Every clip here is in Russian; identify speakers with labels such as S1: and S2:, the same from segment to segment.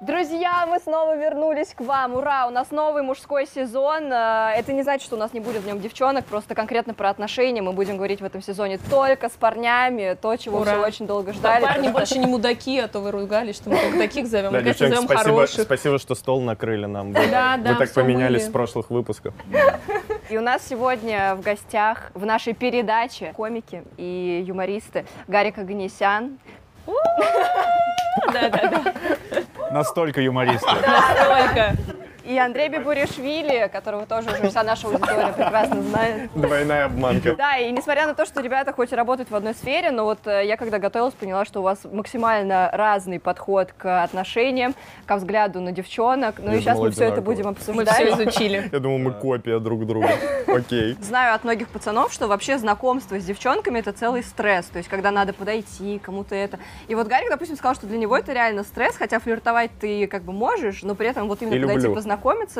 S1: Друзья, мы снова вернулись к вам. Ура! У нас новый мужской сезон. Э, Это не значит, что у нас не будет в нем девчонок, просто конкретно про отношения. Мы будем говорить в этом сезоне только с парнями, то, чего
S2: Ура.
S1: все очень долго
S2: Да,
S1: ждали.
S2: парни
S1: Просто-
S2: больше не мудаки, а то вы ругались, что мы только таких зовем.
S3: Да,
S2: Мы, конечно,
S3: девчонки,
S2: зовем
S3: спасибо,
S2: хороших.
S3: спасибо, что стол накрыли нам. Вы,
S2: Да, да,
S3: вы так
S2: всё
S3: поменялись
S2: были.
S3: с прошлых выпусков.
S1: И у нас сегодня в гостях в нашей передаче комики и юмористы Гарик Аганесян.
S2: Да, да, да.
S4: Настолько юмористы.
S2: Настолько.
S1: И Андрей Бебуришвили, которого тоже уже вся наша аудитория прекрасно знает.
S3: Двойная обманка.
S1: Да, и несмотря на то, что ребята хоть и работают в одной сфере, но вот э, я когда готовилась, поняла, что у вас максимально разный подход к отношениям, ко взгляду на девчонок. Ну и
S3: Я
S1: сейчас
S3: думал,
S1: мы все это
S3: одинаково.
S1: будем
S2: Мы все
S1: обсуждать.
S2: изучили.
S3: Я думал, мы копия друг друга. Окей.
S1: Знаю от многих пацанов, что вообще знакомство с девчонками это целый стресс. То есть, когда надо подойти, кому-то это. И вот Гарик, допустим, сказал, что для него это реально стресс, хотя флиртовать ты как бы можешь, но при этом вот именно
S3: И
S1: подойти
S3: люблю.
S1: познакомиться,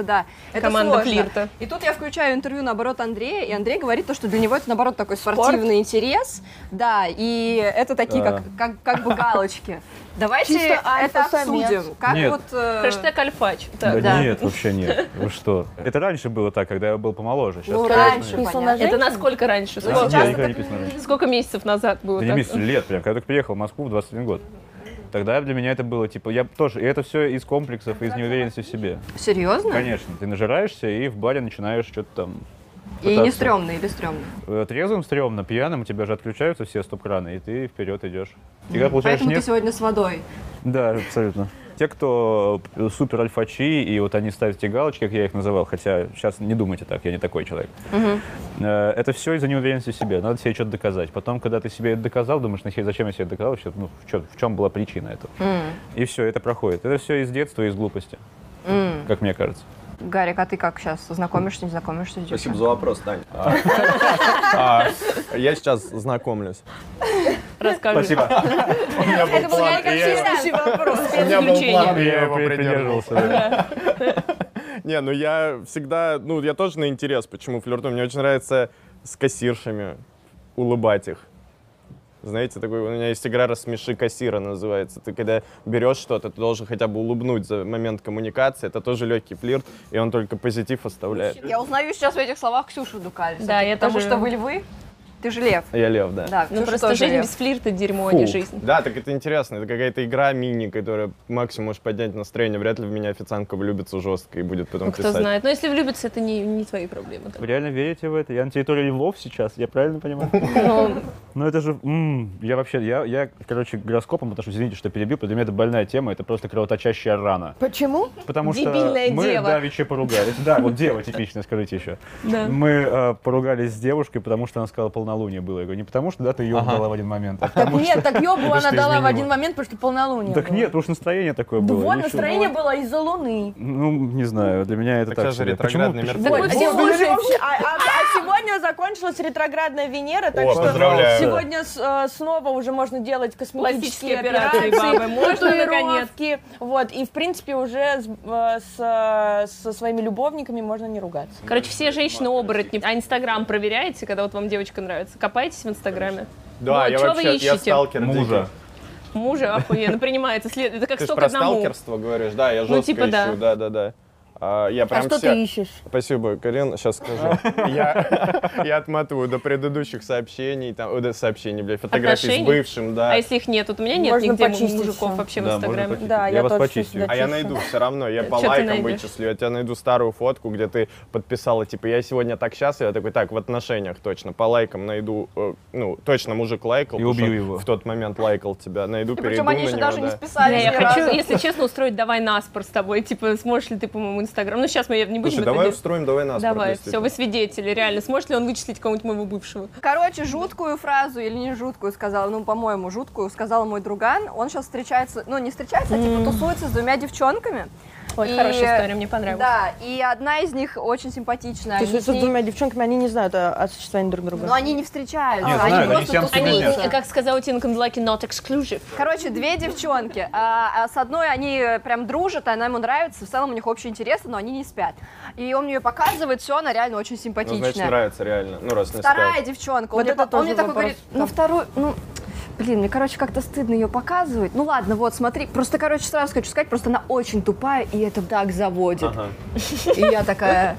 S1: да, это
S2: Команда
S1: сложно.
S2: флирта.
S1: И тут я включаю интервью, наоборот, Андрея, и Андрей говорит то, что для него это, наоборот, такой спортивный интерес. Да, и это такие, как, как, как бы галочки. Давайте
S5: Чисто
S1: это
S5: альфа-самец.
S1: обсудим. Как
S4: Нет.
S1: вот... э,
S2: Хэштег Альфач.
S4: Да,
S2: Так.
S1: Да.
S4: нет, вообще нет. Вы что? Это раньше было так, когда я был помоложе. Сейчас
S1: Ну,
S4: конечно,
S1: раньше,
S4: нет.
S5: Писал
S1: понятно.
S5: на
S2: Это
S5: женщин?
S2: насколько раньше?
S4: Да,
S2: Сколько-
S4: я
S1: Сейчас
S4: никогда не
S1: это-
S4: писал раньше.
S2: Сколько месяцев назад было
S4: Да не
S2: так?
S4: месяц, лет прям. Когда я только приехал в Москву в 21 год. Тогда для меня это было, типа, я тоже, и это все из комплексов, из неуверенности в себе.
S1: Серьезно?
S4: Конечно, ты нажираешься и в баре начинаешь что-то там
S1: И не
S4: пытаться.
S1: стрёмно, или стрёмно?
S4: Э, Трезвым стрёмно, пьяным у тебя же отключаются все стоп-краны, и ты вперед идешь. И когда получаешь
S1: Поэтому
S4: нет,
S1: ты сегодня с водой.
S4: Да, абсолютно. Те, кто супер альфачи, и вот они ставят эти галочки, как я их называл, хотя сейчас не думайте так, я не такой человек. Э, Это все из-за неуверенности в себе. Надо себе что-то доказать. Потом, когда ты себе это доказал, думаешь, нахер, зачем я себе это доказал вообще? Ну, в чем, в чем была причина этого? И все, это проходит. Это все из детства и из глупости, как мне кажется.
S1: Гарик, а ты как сейчас? Знакомишься, не знакомишься с
S6: Спасибо
S1: девчонкой?
S6: за вопрос, Тань.
S3: А, Я сейчас знакомлюсь.
S2: Расскажи.
S3: У меня был
S5: Ну,
S3: план, и я-
S1: вопрос.
S3: у меня был
S2: исключение.
S3: план, и я его
S4: при-
S3: придерживался.
S4: да.
S3: Не, ну я всегда, ну я тоже на интерес, почему флиртую. Мне очень нравится с кассиршами улыбать их. Знаете, такой, у меня есть игра «Рассмеши кассира» называется. Ты когда берешь что-то, ты должен хотя бы улыбнуть за момент коммуникации. Это тоже легкий флирт, и он только позитив оставляет.
S1: Я узнаю сейчас в этих словах Ксюшу Дукаль.
S2: Да, я
S1: Потому
S2: тоже-
S1: что вы львы, ты же лев.
S3: Я лев, да.
S1: Да,
S2: Ну
S1: Ксюша
S2: просто
S1: тоже
S2: жизнь
S1: лев.
S2: без флирта дерьмо, а
S3: Фу. Ну,
S2: не жизнь.
S3: Да, так это интересно. Это какая-то игра мини, которая максимум может поднять настроение. Вряд ли в меня официантка влюбится жестко и будет потом
S2: Ну, кто
S3: писать.
S2: знает. Но если влюбится, это не, не твои проблемы.
S4: Вы реально верите в это? Я на территории Львов сейчас, я правильно понимаю? Ну это же, м, я вообще, я, я, короче, к гороскопам, потому что, извините, что перебил, потому что для меня это больная тема, это просто кровоточащая рана.
S5: Почему?
S4: Потому что
S2: Дебильное
S4: мы
S2: дева.
S4: давеча поругались. Да, вот дева типичная, скажите еще.
S2: Да.
S4: Мы э, поругались с девушкой, потому что она сказала, полнолуние было. Я говорю, не потому что, да, ты ее дала в один момент. а
S5: Так
S4: потому
S5: нет,
S4: что-
S5: так ёбу
S4: Это
S5: она
S4: что
S5: дала в
S4: изменило?
S5: один момент, потому что полнолуние
S4: Так
S5: было.
S4: нет, потому что настроение такое
S5: Да
S4: было.
S3: ну
S5: вот,
S4: ничего.
S5: настроение было из-за луны.
S4: Ну, не знаю, для меня это
S3: Так
S4: так,
S3: сейчас же
S4: себе. Почему-
S3: ретроградный
S4: почему-
S3: Меркурий.
S5: Вот,
S2: Ой,
S5: слушай, а, а- а сегодня закончилась ретроградная Венера, так
S3: О,
S5: что ну,
S3: поздравляю.
S5: сегодня с- э, снова уже можно делать
S2: Пластические
S5: косметические
S2: операции,
S5: операции,
S2: бабы, можно
S5: татуировки. Вот, и в принципе уже с- э, с, э, со своими любовниками можно не ругаться.
S2: Короче, все женщины-оборотни. А Инстаграм проверяете, когда вот вам девочка нравится? Копаетесь в Инстаграме?
S3: Да,
S2: Ну, а
S3: я
S2: чё вы
S3: вообще, я
S2: ищете?
S3: сталкер.
S4: Мужа.
S2: Мужа охуенно принимается. След... Это как
S3: Ты же
S2: сто к
S3: про
S2: одному.
S3: сталкерство говоришь, да, я жестко
S2: типа да.
S3: ищу, да, да, да. А, я прям
S5: а что
S3: вся-
S5: ты ищешь?
S3: Спасибо, Карин, сейчас скажу. Я, я отматываю до предыдущих сообщений, там, о, до сообщений, бля, фотографий
S2: Отношений?
S3: с бывшим, да.
S2: А если их нет? Вот у меня нет
S5: Можно
S2: нигде
S5: почистить
S2: мужиков
S5: всё.
S2: вообще в
S4: Да, можно
S2: Инстаграме.
S4: почистить.
S5: Да,
S4: Я
S5: я,
S4: вас
S5: тоже
S4: почистю.
S5: всегда
S3: А я
S5: чищу.
S3: найду все равно, я по
S2: Чё ты
S3: лайкам
S2: найдешь?
S3: вычислю, я тебя найду старую фотку, где ты подписала, типа, я сегодня так счастлив, я такой, так, в отношениях точно, по лайкам найду, э, ну, точно мужик лайкал,
S4: И
S3: потому что
S4: убью его.
S3: в тот момент лайкал тебя, найду,
S1: И
S3: перейду
S1: причем они
S3: на
S1: еще
S3: него,
S1: даже
S3: да.
S1: не
S2: Бля,
S1: списались
S2: я
S1: ни
S2: хочу,
S1: разу.
S2: если честно, устроить давай наспор с тобой. Типа, сможешь ли ты, по-моему, Инстаграм? Ну, сейчас мы не будем
S3: Слушай,
S2: это
S3: давай
S2: делать.
S3: устроим, давай нас.
S2: Давай,
S3: пропустить.
S2: все, вы свидетели, реально. Сможет ли он вычислить кого-нибудь моего бывшего?
S1: Короче, жуткую фразу или не жуткую сказала, ну, по-моему, жуткую сказал мой друган. Он сейчас встречается, ну, не встречается, а типа тусуется с двумя девчонками.
S2: Ой,
S1: И-
S2: хорошая история, мне понравилась.
S1: Да, и одна из них очень симпатичная.
S5: То
S1: они
S5: есть вот
S1: с
S5: с
S1: ней-
S5: двумя девчонками они не знают о, о существовании друг друга.
S1: Но Ну, они не встречаются,
S4: Нет,
S1: они
S4: знают, они
S1: просто
S4: всем
S2: Они,
S1: тусуются.
S4: Конечно.
S2: как сказал Тинка Блаки, not exclusive.
S1: Короче, две девчонки. А, а с одной они э, прям дружат, она ему нравится, в целом у них общие интересы, но они не спят. И он мне ее показывает, все, она реально очень
S3: Ну, значит,
S1: симпатичная.
S3: нравится реально. Ну, раз не
S1: Вторая
S3: спят.
S1: девчонка,
S5: Вот
S1: он, мне,
S5: это
S1: по- он мне
S5: тоже
S1: такой
S5: вопрос.
S1: говорит, ну вторую, ну, Блин, мне, короче, как-то стыдно ее показывать. Ну ладно, вот, смотри. Просто, короче, сразу хочу сказать, просто она очень тупая, и это так заводит. И я такая...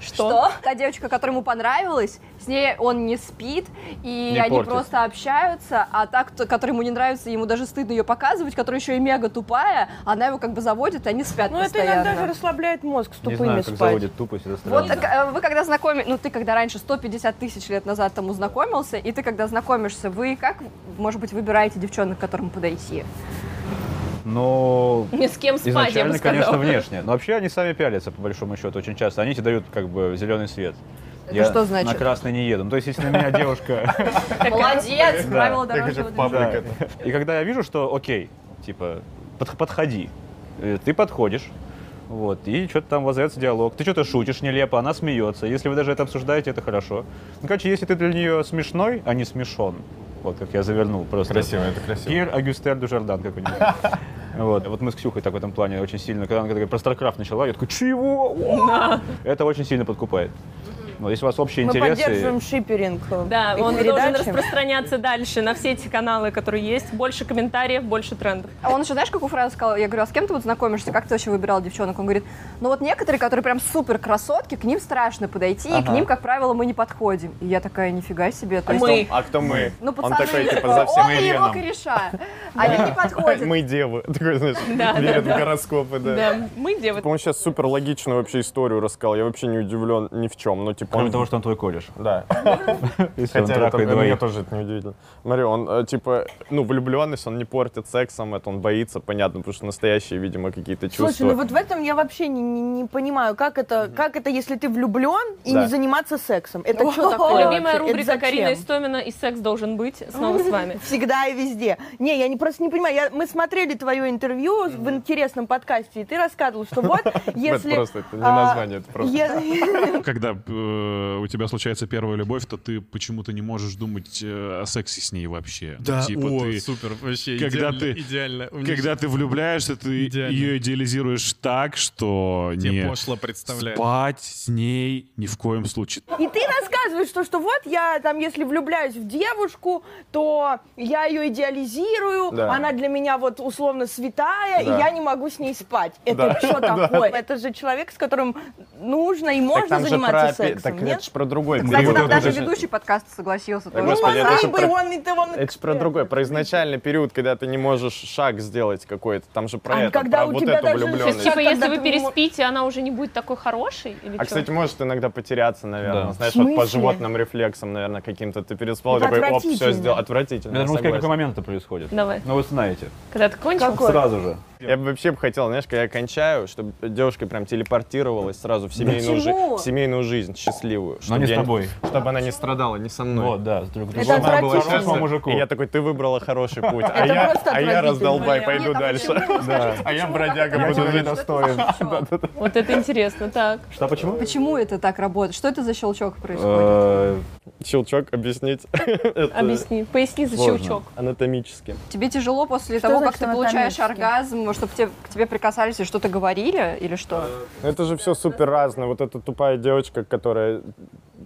S1: Что? Та девочка, которая ему понравилась, с ней он не спит, и
S4: Не
S1: они
S4: портит.
S1: просто общаются, а та, кто, которая ему не нравится, ему даже стыдно ее показывать, которая еще и мега тупая, она его как бы заводит, и они спят
S5: Ну, это
S1: постоянно.
S5: иногда же расслабляет мозг с
S4: Не
S5: тупыми
S4: знаю, как
S5: спать.
S4: заводит тупость, это
S1: Вот
S4: странно.
S1: так, э, вы когда знакомы, ну ты когда раньше 150 тысяч лет назад тому знакомился, и ты когда знакомишься, вы как, может быть, выбираете девчонок, к которым подойти?
S4: Но
S2: Ни с кем спать, я бы
S4: изначально,
S2: сказала.
S4: конечно, внешне. Но вообще они сами пялятся, по большому счету, очень часто. Они тебе дают как бы зеленый свет.
S1: Это что значит?
S4: На красный не еду. Ну, То есть, если на меня девушка
S1: Молодец,
S4: э, Да,
S1: правила
S3: так же
S1: дорожного движения.
S3: в паб-
S4: Да.
S3: Паблик
S4: И когда я вижу, что окей, типа, под- подходи, Э, ты подходишь, вот, и что-то там возвращается диалог. Ты что-то шутишь нелепо, она смеется. Если вы даже это обсуждаете, это хорошо. Ну, короче, если ты для нее смешной, а не смешон, вот как я завернул просто.
S3: Красиво, это красиво.
S4: Пьер Агюстер Дужарден какой-нибудь. Вот. вот мы с Ксюхой так в этом плане очень сильно, когда она такая про StarCraft начала, я такой, чего? О!» Это очень сильно подкупает. Но если у вас общие
S5: Мы
S4: интересы...
S5: поддерживаем шиперинг. э,
S2: Да,
S5: и
S2: он должен
S5: передачи.
S2: распространяться дальше на все эти каналы, которые есть. Больше комментариев, больше трендов.
S1: А он еще, знаешь, какую фразу сказал? Я говорю, а с кем ты вот знакомишься? Как ты вообще выбирал девчонок? Он говорит, ну вот некоторые, которые прям супер красотки, к ним страшно подойти, и к
S4: Ага.
S1: ним, как правило, мы не подходим. И я такая, нифига себе. то
S2: А
S1: есть
S2: мы?
S1: он-
S3: А кто мы?
S1: Ну,
S3: Он
S1: пацаны,
S3: такой, типа,
S1: типа,
S3: за всем
S1: он и его
S3: Иреном.
S1: кореша. Они не подходят.
S3: Мы девы. Такой, знаешь,
S2: Да, да,
S3: верит в
S2: да.
S3: гороскопы, да.
S2: Да, мы девы.
S3: По-моему, сейчас супер логичную вообще историю рассказал. Я вообще не удивлен ни в чем. Ну, типа,
S4: Кроме
S3: он-
S4: того, что он твой колледж.
S3: Да.
S4: Если он
S3: Хотя это,
S4: трахает
S3: мне
S4: двоих.
S3: тоже это не удивительно. Смотри, он, э, типа, ну, влюбленность он не портит сексом, это он боится, понятно, потому что настоящие, видимо, какие-то чувства.
S5: Слушай, ну вот в этом я вообще не, не- не понимаю, как это, как это, если ты влюблен и
S3: Да.
S5: не заниматься сексом. Это
S1: О,
S5: что такое?
S2: Любимая
S5: вообще? Это
S2: рубрика Карина
S5: зачем?
S2: Истомина «И секс должен быть» снова с вами.
S5: Всегда и везде. Не, я не просто не понимаю. Я- мы смотрели твое интервью с- в интересном подкасте, и ты рассказывал, что вот если...
S3: Ну, Это просто, это не
S5: а,
S3: название, это просто.
S5: е-
S7: Когда э, у тебя случается первая любовь, то ты почему-то не можешь думать э, о сексе с ней вообще.
S8: Да,
S7: типа
S8: о,
S7: ты,
S8: супер, вообще
S7: когда
S8: идеально,
S7: ты-
S8: идеально. У меня
S7: когда ты влюбляешься, ты
S8: Идеально.
S7: ее идеализируешь так, что
S8: тебе
S7: не
S8: пошло представляет.
S7: спать с ней ни в коем случае.
S5: И ты рассказываешь, что, что вот я там, если влюбляюсь в девушку, то я ее идеализирую,
S3: Да.
S5: она для меня вот условно
S3: Да.
S5: святая, и я не могу с ней спать. Это
S3: Да.
S5: что такое? Это же человек, с которым нужно и
S3: Так
S5: можно
S3: там же про...
S5: заниматься
S3: опи-
S5: сексом,
S3: Так
S5: нет?
S3: это же про другой.
S1: Кстати,
S3: период.
S1: там
S3: Это
S1: даже
S3: же-
S1: ведущий подкаста согласился
S3: Так,
S1: тоже.
S5: Ну,
S3: Господи, это
S5: он
S3: же
S5: рыба,
S3: про-
S5: и он и ты, он-
S3: Это же про другой, про изначальный период, когда ты не можешь шаг сделать какой-то. Там же про
S5: А
S3: это,
S5: когда
S3: про
S5: у
S3: вот
S5: тебя
S3: эту А,
S5: даже-
S2: То есть,
S3: влюбленность.
S2: типа,
S5: Когда
S2: если
S5: ты
S2: вы
S5: мо-
S2: переспите, она уже не будет такой хорошей? Или
S3: А,
S2: чё?
S3: кстати, может иногда потеряться, наверное.
S4: Да.
S3: Знаешь,
S5: В
S3: вот по
S5: смысле?
S3: животным рефлексам, наверное, каким-то ты переспал, и
S5: Это
S3: такой, оп, все
S5: отвратительно.
S3: сделал. Отвратительно,
S4: Я
S3: я
S4: должен
S3: согласен.
S4: сказать, в какой момент это происходит.
S2: Давай.
S4: Ну, вы знаете.
S2: Когда ты кончил?
S5: Какой?
S4: Сразу же.
S3: Я бы вообще бы хотел, знаешь, когда я кончаю, чтобы девушка прям телепортировалась сразу в семейную, жи-
S1: Почему?
S3: в семейную жизнь, счастливую.
S4: Но
S3: чтобы
S4: не с
S3: я не-
S4: тобой.
S3: Чтобы она не страдала, не со мной.
S4: Вот, да. Друг
S5: Это
S4: Она была
S5: отвратительно.
S4: хорошему мужику.
S3: И я такой, ты выбрала хороший путь, а
S5: Это
S3: я,
S5: просто
S3: а я
S5: отвратительно.
S3: раздолбай,
S2: Нет,
S3: пойду
S1: а
S3: дальше.
S1: почему?
S3: Да. А я бродяга
S4: Я
S3: буду
S4: тебя не
S3: жить.
S4: достоин.
S2: Вот это интересно, так.
S4: Что, почему?
S1: Почему это так работает? Что это за щелчок происходит?
S4: Э,
S3: Щелчок объяснить. Это
S2: Объясни, поясни за
S4: Сложно.
S2: щелчок.
S3: анатомически.
S1: Тебе тяжело после
S5: Что
S1: того, как
S5: значит
S1: ты получаешь
S5: анатомически?
S1: оргазм, чтобы те- к тебе прикасались и что-то говорили или что?
S3: Это же все супер разное. Вот эта тупая девочка, которая,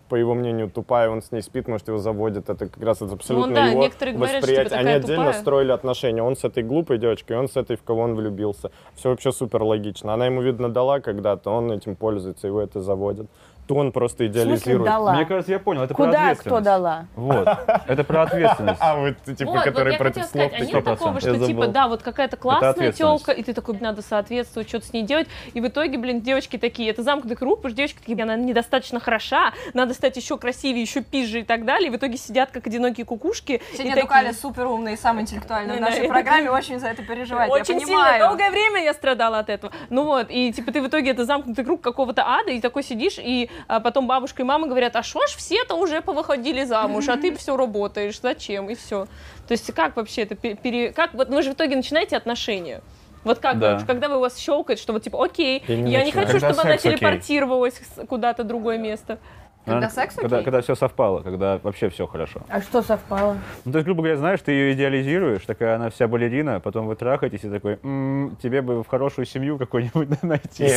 S3: по его мнению, тупая, он с ней спит, может, его заводит. Это как раз это абсолютно
S2: Ну да,
S3: его
S2: некоторые говорят, что, типа,
S3: восприятие. Они
S2: такая
S3: отдельно
S2: тупая.
S3: строили отношения. Он с этой глупой девочкой, и он с этой, в кого он влюбился. Все вообще супер логично. Она ему, видно, дала когда-то, он этим пользуется, его это заводит. То он просто
S5: В смысле,
S3: идеализирует.
S5: дала?
S4: Мне кажется, я понял. Это про
S5: Куда,
S4: ответственность.
S5: кто дала?
S4: Вот. Это про ответственность.
S3: А вот типа,
S2: вот,
S3: которые
S2: вот я
S3: против
S2: хотела
S3: слов
S2: сказать, а нет
S3: такие.
S2: такого,
S4: 100%.
S2: что
S3: Я
S2: типа,
S3: забыл.
S2: да, вот какая-то классная
S4: ответственность.
S2: телка, и ты такой, надо соответствовать, что-то с ней делать. И в итоге, блин, девочки такие, это замкнутый круг, потому что девочки такие, она недостаточно хороша, надо стать еще красивее, еще пизже и так далее. И в итоге сидят, как одинокие кукушки. и
S1: Сегодня
S2: такие, Ну
S1: Дукалис супер умный и самый интеллектуальный в
S2: Да,
S1: нашей
S2: да.
S1: программе, очень за это переживает. Я
S2: Очень сильно,
S1: понимаю.
S2: долгое время я страдала от этого. Ну вот, и типа ты в итоге это замкнутый круг какого-то ада, и такой сидишь, и а, потом бабушка и мама говорят, а шо ж все-то уже повыходили замуж, а ты все работаешь, зачем, и все. То есть как вообще это пе- пере... Как, вот вы же в итоге начинаете отношения. Вот как,
S4: Да.
S2: вообще, когда вы у вас щелкает, что вот типа, окей,
S3: Я
S2: я
S3: не
S2: не,
S3: начинаю.
S2: хочу,
S4: Когда
S2: чтобы она
S4: секс окей.
S2: телепортировалась с- куда-то в другое место.
S1: Когда
S4: Наверное,
S1: секс окей?
S4: Когда, все совпало, когда вообще все хорошо.
S5: А что совпало?
S4: Ну, то есть, грубо говоря, знаешь, ты ее идеализируешь, такая она вся балерина, а потом вы трахаетесь и такой, «М, тебе бы в хорошую семью какую-нибудь найти.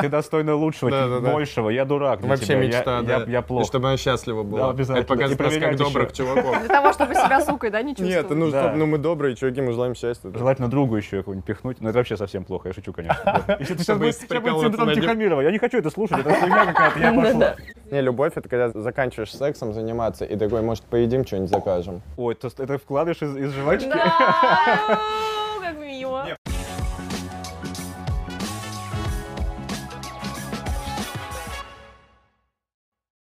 S4: Ты достойна лучшего, ты
S3: Да-да-да.
S4: большего, я дурак для
S3: Вообще
S4: тебя, я-
S3: мечта,
S4: я-
S3: да.
S4: Я
S3: И
S4: плох.
S3: чтобы она счастлива была.
S4: Да, обязательно.
S3: Это показывает
S4: И
S3: нас как
S4: проверять
S3: добрых чуваков.
S1: Для того, чтобы себя сукой, да, не
S3: Нет,
S1: чувствовать.
S3: ну,
S4: Да.
S3: чтоб- ну мы добрые чуваки, мы желаем счастья. да.
S4: Желательно другу еще какого-нибудь пихнуть, но это вообще совсем плохо, я шучу, конечно. Сейчас
S3: Чтобы
S4: будет сейчас будет
S3: прикалываться
S4: синдром
S3: над ним.
S4: Тихомирова, я не хочу это слушать, это фигня какая-то, я пошла.
S3: Не, любовь это когда заканчиваешь сексом заниматься и такой, может, поедим что-нибудь закажем.
S4: Ой, это это вкладыш из из жвачки?
S2: Да, о, как мило.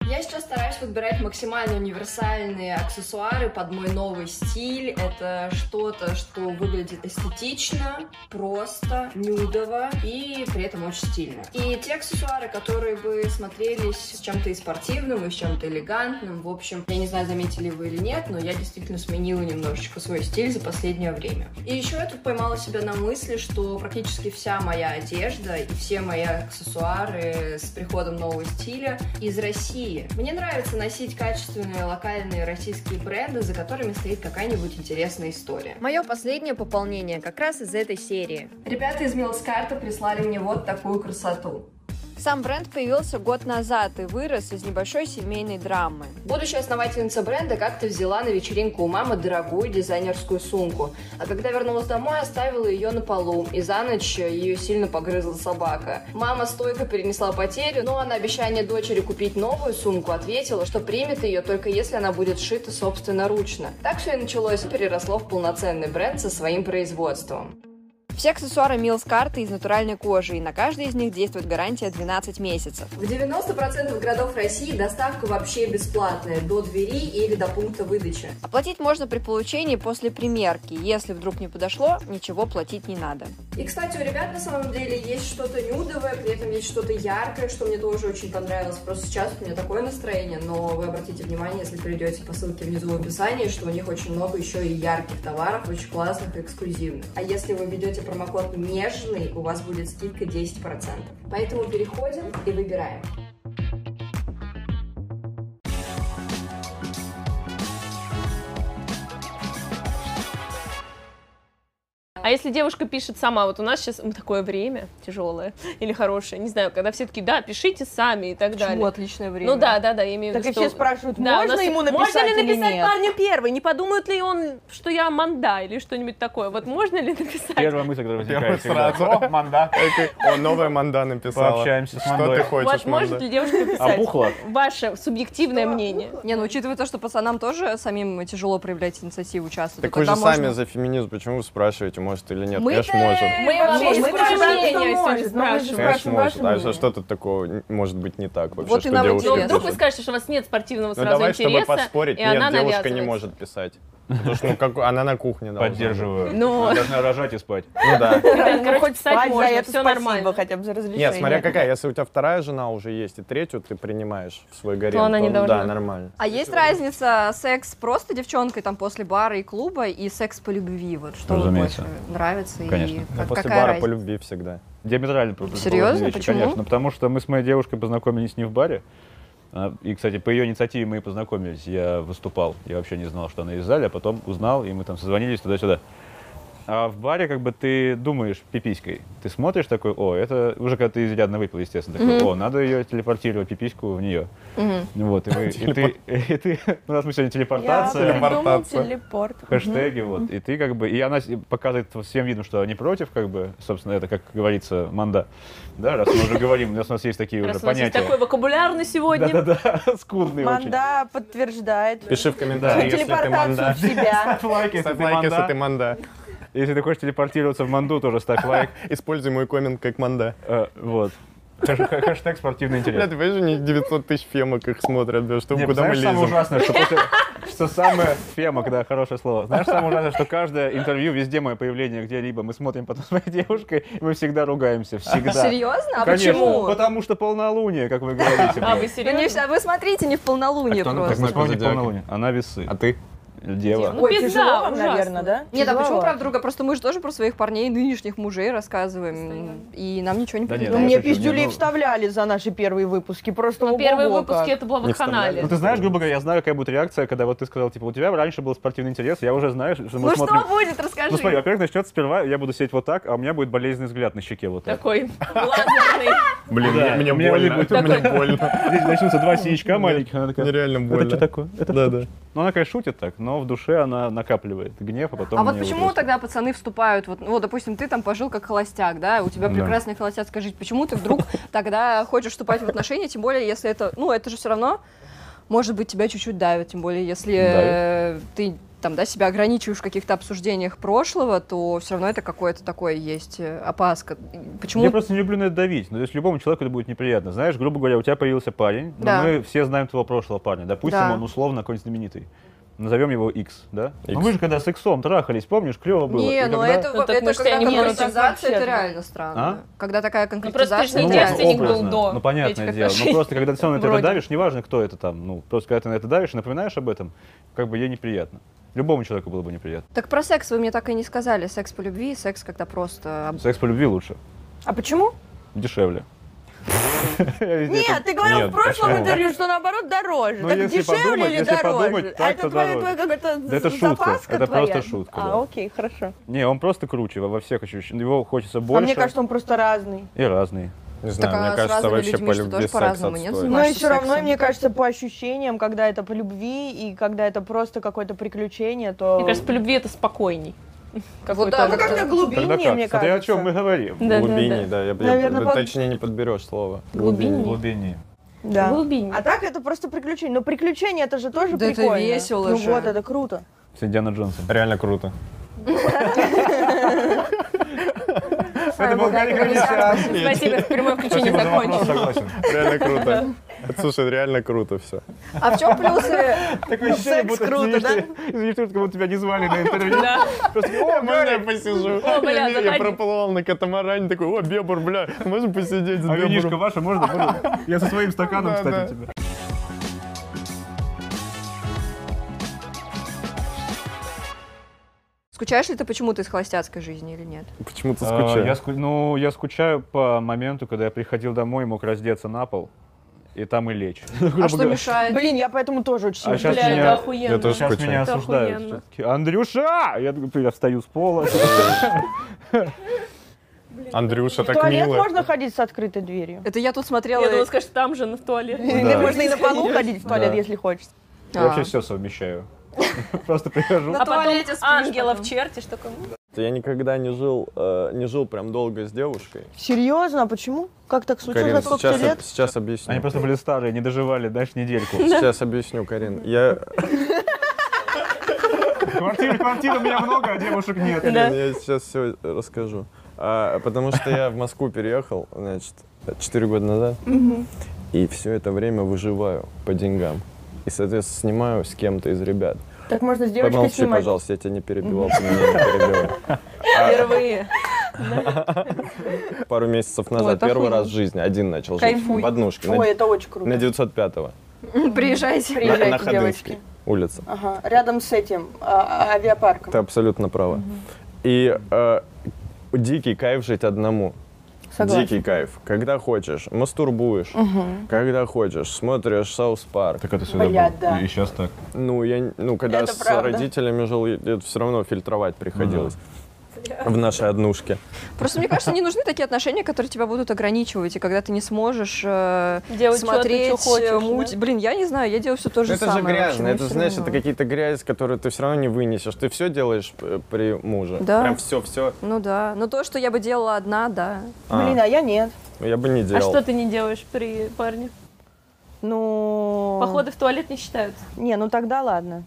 S1: Я сейчас стараюсь подбирать максимально универсальные аксессуары под мой новый стиль. Это что-то, что выглядит эстетично, просто, нюдово и при этом очень стильно. И те аксессуары, которые бы смотрелись с чем-то и спортивным, и с чем-то элегантным. В общем, я не знаю, заметили вы или нет, но я действительно сменила немножечко свой стиль за последнее время. И еще я тут поймала себя на мысли, что практически вся моя одежда и все мои аксессуары с приходом нового стиля из России. Мне нравится носить качественные локальные российские бренды, за которыми стоит какая-нибудь интересная история.
S9: Мое последнее пополнение как раз из этой серии.
S1: Ребята из Милскарта прислали мне вот такую красоту.
S9: Сам бренд появился год назад и вырос из небольшой семейной драмы.
S1: Будущая основательница бренда как-то взяла на вечеринку у мамы дорогую дизайнерскую сумку. А когда вернулась домой, оставила ее на полу. И за ночь ее сильно погрызла собака. Мама стойко перенесла потерю, но на обещание дочери купить новую сумку ответила, что примет ее только если она будет сшита собственноручно. Так все и началось. Переросло в полноценный бренд со своим производством.
S9: Все аксессуары Милс карты из натуральной кожи, и на каждой из них действует гарантия 12 месяцев.
S1: В 90% городов России доставка вообще бесплатная, до двери или до пункта выдачи.
S9: Оплатить можно при получении после примерки. Если вдруг не подошло, ничего платить не надо.
S1: И, кстати, у ребят на самом деле есть что-то нюдовое, при этом есть что-то яркое, что мне тоже очень понравилось. Просто сейчас у меня такое настроение, но вы обратите внимание, если перейдете по ссылке внизу в описании, что у них очень много еще и ярких товаров, очень классных, эксклюзивных. А если вы введете промокод «Нежный», у вас будет скидка 10%. Поэтому переходим и выбираем.
S2: А если девушка пишет сама, вот у нас сейчас такое время тяжелое или хорошее, не знаю, когда все таки да, пишите сами и так далее.
S1: отличное
S2: Ну да, да, да, я имею в
S5: Так
S2: виду,
S5: и
S2: что...
S5: все спрашивают,
S2: Да, у
S5: можно
S2: нас-
S5: ему написать
S2: Можно ли
S5: или
S2: написать
S5: нет?
S2: парню первый? Не подумает ли он, что я манда или что-нибудь такое? Вот можно ли написать?
S4: Первая мысль, которая возникает всегда.
S3: О, манда. О, новая манда написала.
S4: Пообщаемся с
S3: Что
S4: мандой.
S3: ты
S2: Вот
S3: хочешь,
S2: может
S3: манда?
S2: ли девушка
S4: А
S2: писать?
S4: бухла?
S2: Ваше субъективное мнение.
S1: Не, ну учитывая то, что пацанам тоже самим тяжело проявлять инициативу часто,
S3: Так вы же сами за феминизм, почему вы спрашиваете, может или нет? Конечно, может.
S2: Мы вообще
S5: Мы
S2: не
S5: спрашиваем,
S2: спрашиваем,
S5: что
S2: если
S5: может,
S2: не
S5: но
S2: спрашиваем.
S5: мы же
S3: Конечно,
S5: спрашиваем ваше
S3: может. А
S5: мнение.
S3: что тут такого не- может быть не так вообще?
S1: Вот и
S3: что
S1: нам
S3: девушка
S2: Но
S1: интересно.
S2: Ну, вдруг вы
S3: пишет?
S2: скажете, что у вас нет спортивного
S3: Ну
S2: сразу
S3: давай, чтобы
S2: интереса,
S3: поспорить,
S2: и
S3: нет,
S2: она
S3: девушка не
S2: навязывается.
S3: может писать. Потому что ну, как, она на кухне должна.
S4: Поддерживаю.
S2: Ну.
S4: Она должна рожать и спать.
S3: Ну да.
S2: Ребят,
S5: Ну,
S2: короче,
S5: хоть
S2: писать
S5: спать
S2: можно,
S5: за это
S2: всё
S5: спасибо
S2: нормально.
S5: хотя бы за разрешение.
S3: Нет, смотря какая. Если у тебя вторая жена уже есть, и третью ты принимаешь в свой гарем,
S2: она не
S3: ну
S2: должна.
S3: Да, нормально.
S1: А есть разница секс просто девчонкой там после бара и клуба и секс по любви? Вот что вам
S4: Разумеется.
S1: больше нравится
S4: Конечно.
S1: и
S4: Ну,
S1: как-
S3: после
S1: какая
S3: бара по
S1: разница?
S3: любви всегда.
S4: Диаметрально про-
S1: Серьезно?
S4: противоположные вещи,
S1: Почему?
S4: Конечно, потому что мы с моей девушкой познакомились не в баре. Она- И, кстати, по ее инициативе мы и познакомились. Я выступал. Я вообще не знал, что она из зале, а потом узнал, и мы там созвонились туда-сюда. А в баре как бы ты думаешь пиписькой. Ты смотришь такой, о, это уже когда ты изрядно выпил, естественно, такой, о, надо ее телепортировать, пипиську в нее. Вот, и, мы- и ты, и ты- у нас мы сегодня телепортация.
S5: придумал
S3: Телепортация.
S5: телепорт.
S4: хэштеги, вот, и ты как бы, и она с- показывает всем видом, что не против, как бы, собственно, это, как говорится, манда, да, раз мы уже говорим, раз у нас есть такие уже
S2: Раз у нас есть
S4: понятия.
S2: такой вокабуляр на сегодня.
S4: Да-да-да, скудные очень.
S5: Манда подтверждает.
S3: Пиши в комментариях, если ты
S5: Телепортацию
S3: манда.
S5: в себя.
S4: Ставь лайк, если
S3: Ставь
S4: ты
S3: лайк, если
S4: манда.
S3: ты манда.
S4: Если ты хочешь телепортироваться в манду, тоже ставь лайк.
S3: Используй мой коммент как манда.
S4: Э, Вот. Хэш- хэ- Хэштег спортивный
S3: Бля,
S4: интерес.
S3: ты понимаешь, у них 900 тысяч фемок их смотрят, да, что,
S4: Не,
S3: куда мы
S4: знаешь, самое
S3: лезем?
S4: ужасное, что после... Что самое... Фемок, да, хорошее слово. Знаешь, самое ужасное, что каждое интервью, везде мое появление где-либо, мы смотрим потом с моей девушкой, и мы всегда ругаемся. Всегда.
S1: Серьезно? А
S4: Конечно,
S1: почему?
S4: Потому что полнолуние, как вы говорите.
S2: А вы
S1: Ну, не
S2: серьезно?
S1: вся- вы смотрите не в полнолуние
S3: А кто она
S1: просто.
S3: такая?
S4: ну, Мы
S3: Знак
S4: вспомним
S3: зодиака.
S4: полнолуние. Она весы.
S3: А ты?
S4: Дева.
S2: Ну,
S5: Ой,
S2: пизда,
S5: тяжело вам,
S2: ужасно.
S5: наверное, да?
S1: Нет, а почему
S5: Тяжело.
S1: про друга? Просто мы же тоже про своих парней, нынешних мужей рассказываем. И нам ничего не
S4: Да нет,
S5: Ну,
S1: прилетает.
S4: я
S5: мне
S4: шучу, не,
S5: пиздюлей
S4: ну-
S5: вставляли за наши первые выпуски. Просто
S2: Ну, первые
S5: ого-го
S2: выпуски
S5: как.
S2: это было в
S3: Не вставляли.
S2: канале.
S4: Ну, ты знаешь, грубо говоря, я знаю, какая будет реакция, когда вот ты сказал, типа, у тебя раньше был спортивный интерес, я уже знаю, что мы
S1: Ну
S4: смотрим...
S1: что будет, расскажи.
S4: Ну смотри, во-первых, начнется сперва, я буду сидеть вот так, а у меня будет болезненный взгляд на щеке вот так.
S2: Такой лазерный.
S3: Блин, мне,
S4: Да, мне
S3: мне больно.
S4: вот это
S3: Мне
S2: такой.
S3: больно.
S4: Здесь начнутся два синячка маленьких, она
S3: Мне
S4: такая...
S3: реально
S4: Это
S3: больно.
S4: что такое? Это
S3: Да,
S4: что?»
S3: да.
S4: Ну, она, конечно, шутит так, но в душе она накапливает гнев, а потом...
S1: А вот
S4: мне
S1: почему
S4: просто-
S1: тогда пацаны вступают? Вот, ну, вот, допустим, ты там пожил как холостяк, да, у тебя
S4: Да.
S1: прекрасная холостяцкая жизнь. Почему ты вдруг тогда хочешь вступать в отношения, тем более, если это, ну, это же все равно, может быть, тебя чуть-чуть давит, тем более, если э, ты там, да, себя ограничиваешь в каких-то обсуждениях прошлого, то все равно это какое-то такое есть э, опаска. Почему?
S4: Я просто не люблю на это давить. Ну, то есть любому человеку это будет неприятно. Знаешь, грубо говоря, у тебя появился парень, но
S1: Да.
S4: мы все знаем твоего прошлого парня. Допустим,
S1: Да.
S4: он условно какой-нибудь знаменитый. Назовем его X, да?
S3: X.
S4: Ну вы же когда с Иксом трахались, помнишь, клево было.
S1: не,
S4: И
S1: ну
S4: когда- А?
S1: это,
S2: Ну, так
S1: это
S2: мы ж тебя
S1: когда
S2: не мучим
S1: конкретизация,
S5: вообще,
S1: это
S5: да.
S1: реально странно. Когда такая
S2: Ну, просто ты ж
S1: конкретизация,
S2: не
S1: это
S2: девственник
S1: реально.
S2: был
S4: Ну, образно.
S2: до
S4: Ну, понятное
S2: этих
S4: дело. Ну,
S2: отношений.
S4: просто, когда ты все равно на это
S2: Вроде.
S4: давишь, неважно, кто это там, ну, просто когда ты на это давишь, напоминаешь об этом, как бы ей неприятно. Любому человеку было бы неприятно.
S1: Так про секс вы мне так и не сказали. Секс по любви и секс, когда просто об-
S4: Секс по любви лучше,
S5: А почему?
S4: дешевле. Я везде
S5: Нет,
S4: это-
S5: ты говорил
S4: Нет,
S5: в прошлом
S4: почему?
S5: интервью, что наоборот дороже.
S4: Ну,
S5: так
S4: если
S5: дешевле
S4: подумать,
S5: или
S4: если
S5: дороже?
S4: подумать,
S5: а
S4: так,
S5: это
S4: то
S5: твоя,
S4: дороже.
S5: твоя какая-то
S4: Да это
S5: з-
S4: шутка,
S5: запаска
S4: это
S5: твоя?
S4: просто шутка,
S5: А,
S4: да.
S5: окей, хорошо.
S4: Не, он просто круче во во всех ощущениях. Его хочется
S5: А
S4: больше
S5: мне кажется, он просто разный.
S4: и разный.
S3: Не
S1: Так,
S3: знаю,
S1: а с
S3: мне кажется,
S1: разными
S3: вообще
S1: людьми
S3: по
S1: что,
S3: любви
S1: тоже
S3: секс
S1: по-разному, нет?
S3: отстой.
S1: Ну,
S5: Но
S1: Занимаешься
S5: и все равно,
S1: сексом.
S5: мне кажется, по ощущениям, когда это по любви и когда это просто какое-то приключение, то...
S2: Мне кажется, по любви это спокойней.
S1: Вот
S2: Какой-то
S1: да,
S5: Ну,
S2: вот-
S5: как-то
S4: Тогда
S5: глубиннее,
S4: как? Смотря
S5: мне кажется.
S4: о чем мы говорим.
S2: Да, да,
S3: Глубине,
S2: да.
S3: да. я бы-
S5: Наверное,
S3: я бы-
S5: под-
S3: Точнее не подберешь слово.
S2: Глубиннее.
S4: Глубине.
S5: Да.
S2: Глубиннее.
S5: А так это просто приключение. Но приключение это же тоже
S1: Да это
S5: прикольно.
S1: весело
S5: Ну
S1: же.
S5: вот, это круто.
S4: С Индиана Джонсом.
S3: Реально круто.
S4: Это был Гарри Граничан.
S2: Спасибо, прямое включение
S4: Спасибо за
S2: закончено.
S4: вопрос, согласен.
S3: Реально круто. Слушай, реально круто все.
S1: А в чем плюсы?
S4: Такое ощущение, будто круто, да? Извини, что как будто тебя не звали на интервью.
S2: Да.
S4: Просто, о,
S3: Можно я
S4: Гарри!
S3: посижу?
S2: О, бля,
S3: я,
S2: заходи.
S3: я проплывал на катамаране, такой, о, бебур, бля, можем посидеть с
S4: А винишко
S3: бебуром?»
S4: ваше можно? можно? Я со своим стаканом,
S3: Да,
S4: кстати,
S3: да.
S4: у тебя.
S1: Скучаешь ли ты почему-то из холостяцкой жизни или нет?
S3: Почему ты
S4: А, я
S3: скучаешь?
S4: ску- Ну, я скучаю по моменту, когда я приходил домой и мог раздеться на пол, и там и лечь.
S1: А что мешает?
S5: Блин, я поэтому тоже очень
S4: А
S5: сильно...
S4: щас
S2: Бля,
S4: меня-
S2: это охуенно.
S3: я тоже
S4: Сейчас
S3: скучаю.
S4: меня
S2: Это
S4: осуждают.
S2: охуенно.
S4: Всё-таки, Андрюша! Я, такой, я встаю с пола.
S3: Андрюша,
S5: В
S3: так
S5: туалет
S3: мило.
S5: можно ходить с открытой дверью?
S1: Это я тут
S2: Я
S1: смотрела...
S2: думала, скажешь, там же, на в туалет.
S4: Да.
S5: Можно и на полу ходить в туалет,
S4: Да.
S5: если хочется.
S1: А.
S4: Я вообще все совмещаю. Просто прихожу.
S2: А потом
S1: туалете спишь
S2: ангелов
S1: потом.
S2: чертишь, такой...
S3: Я никогда не жил, э, не жил прям долго с девушкой.
S5: Серьезно? А почему? Как так случилось?
S3: Карин,
S5: За сколько тебе лет?
S3: сейчас, сейчас объясню.
S4: Они просто были старые, не доживали, дальше недельку.
S3: Сейчас объясню, Карин. Я,
S4: Квартир, квартир у меня много, а девушек нет.
S3: Блин, я сейчас все расскажу. А, потому что я в Москву переехал, значит, 4 года назад. И все это время выживаю по деньгам. И, соответственно, снимаю с кем-то из ребят.
S5: Так можно с девочкой
S3: Помолчи,
S5: снимать.
S3: пожалуйста, я тебя не перебивал, ты меня не перебивал.
S1: Впервые.
S3: Пару месяцев назад,
S1: это
S3: первый
S1: охуенно.
S3: раз в жизни, один начал жить.
S1: Кайфуй.
S3: В однушке,
S5: Ой,
S3: на,
S5: это очень круто.
S3: на 905-го.
S1: Приезжайте.
S5: Приезжайте,
S3: на, на Ходынской
S5: девочки.
S3: улице.
S5: Ага, рядом с этим, а, а- авиапарком.
S3: Ты абсолютно права. И э, дикий кайф жить одному.
S5: Согласна.
S3: Дикий кайф. Когда хочешь, мастурбуешь. Когда хочешь, смотришь Саус Парк.
S4: Так это всегда
S5: всегда Блядь, было. да.
S4: И
S5: И
S4: сейчас так.
S3: Ну, я, н- ну когда
S5: Это
S3: с
S5: правда.
S3: родителями жил, и- это все равно фильтровать приходилось. В нашей однушке.
S1: Просто мне кажется, не нужны такие отношения, которые тебя будут ограничивать, и когда ты не сможешь э,
S2: Делать чё ты, чё
S1: смотреть,
S2: хочешь,
S1: э, муть.
S2: да?
S1: Блин, я не знаю, я делаю все то же
S3: Ну, это
S1: самое.
S3: же
S1: вообще,
S3: грязно, это,
S1: мне всё
S3: знаешь,
S1: равно.
S3: это какие-то грязь, которые ты все равно не вынесешь. Ты все делаешь э, при муже.
S1: Да.
S3: Прям все-все.
S1: Ну да, но то, что я бы делала одна, да.
S5: Блин, а я нет.
S3: Я бы не
S2: А
S3: делал.
S2: что ты не делаешь при парне?
S5: Ну...
S2: Походы в туалет не считаются.
S5: Не, ну тогда ладно.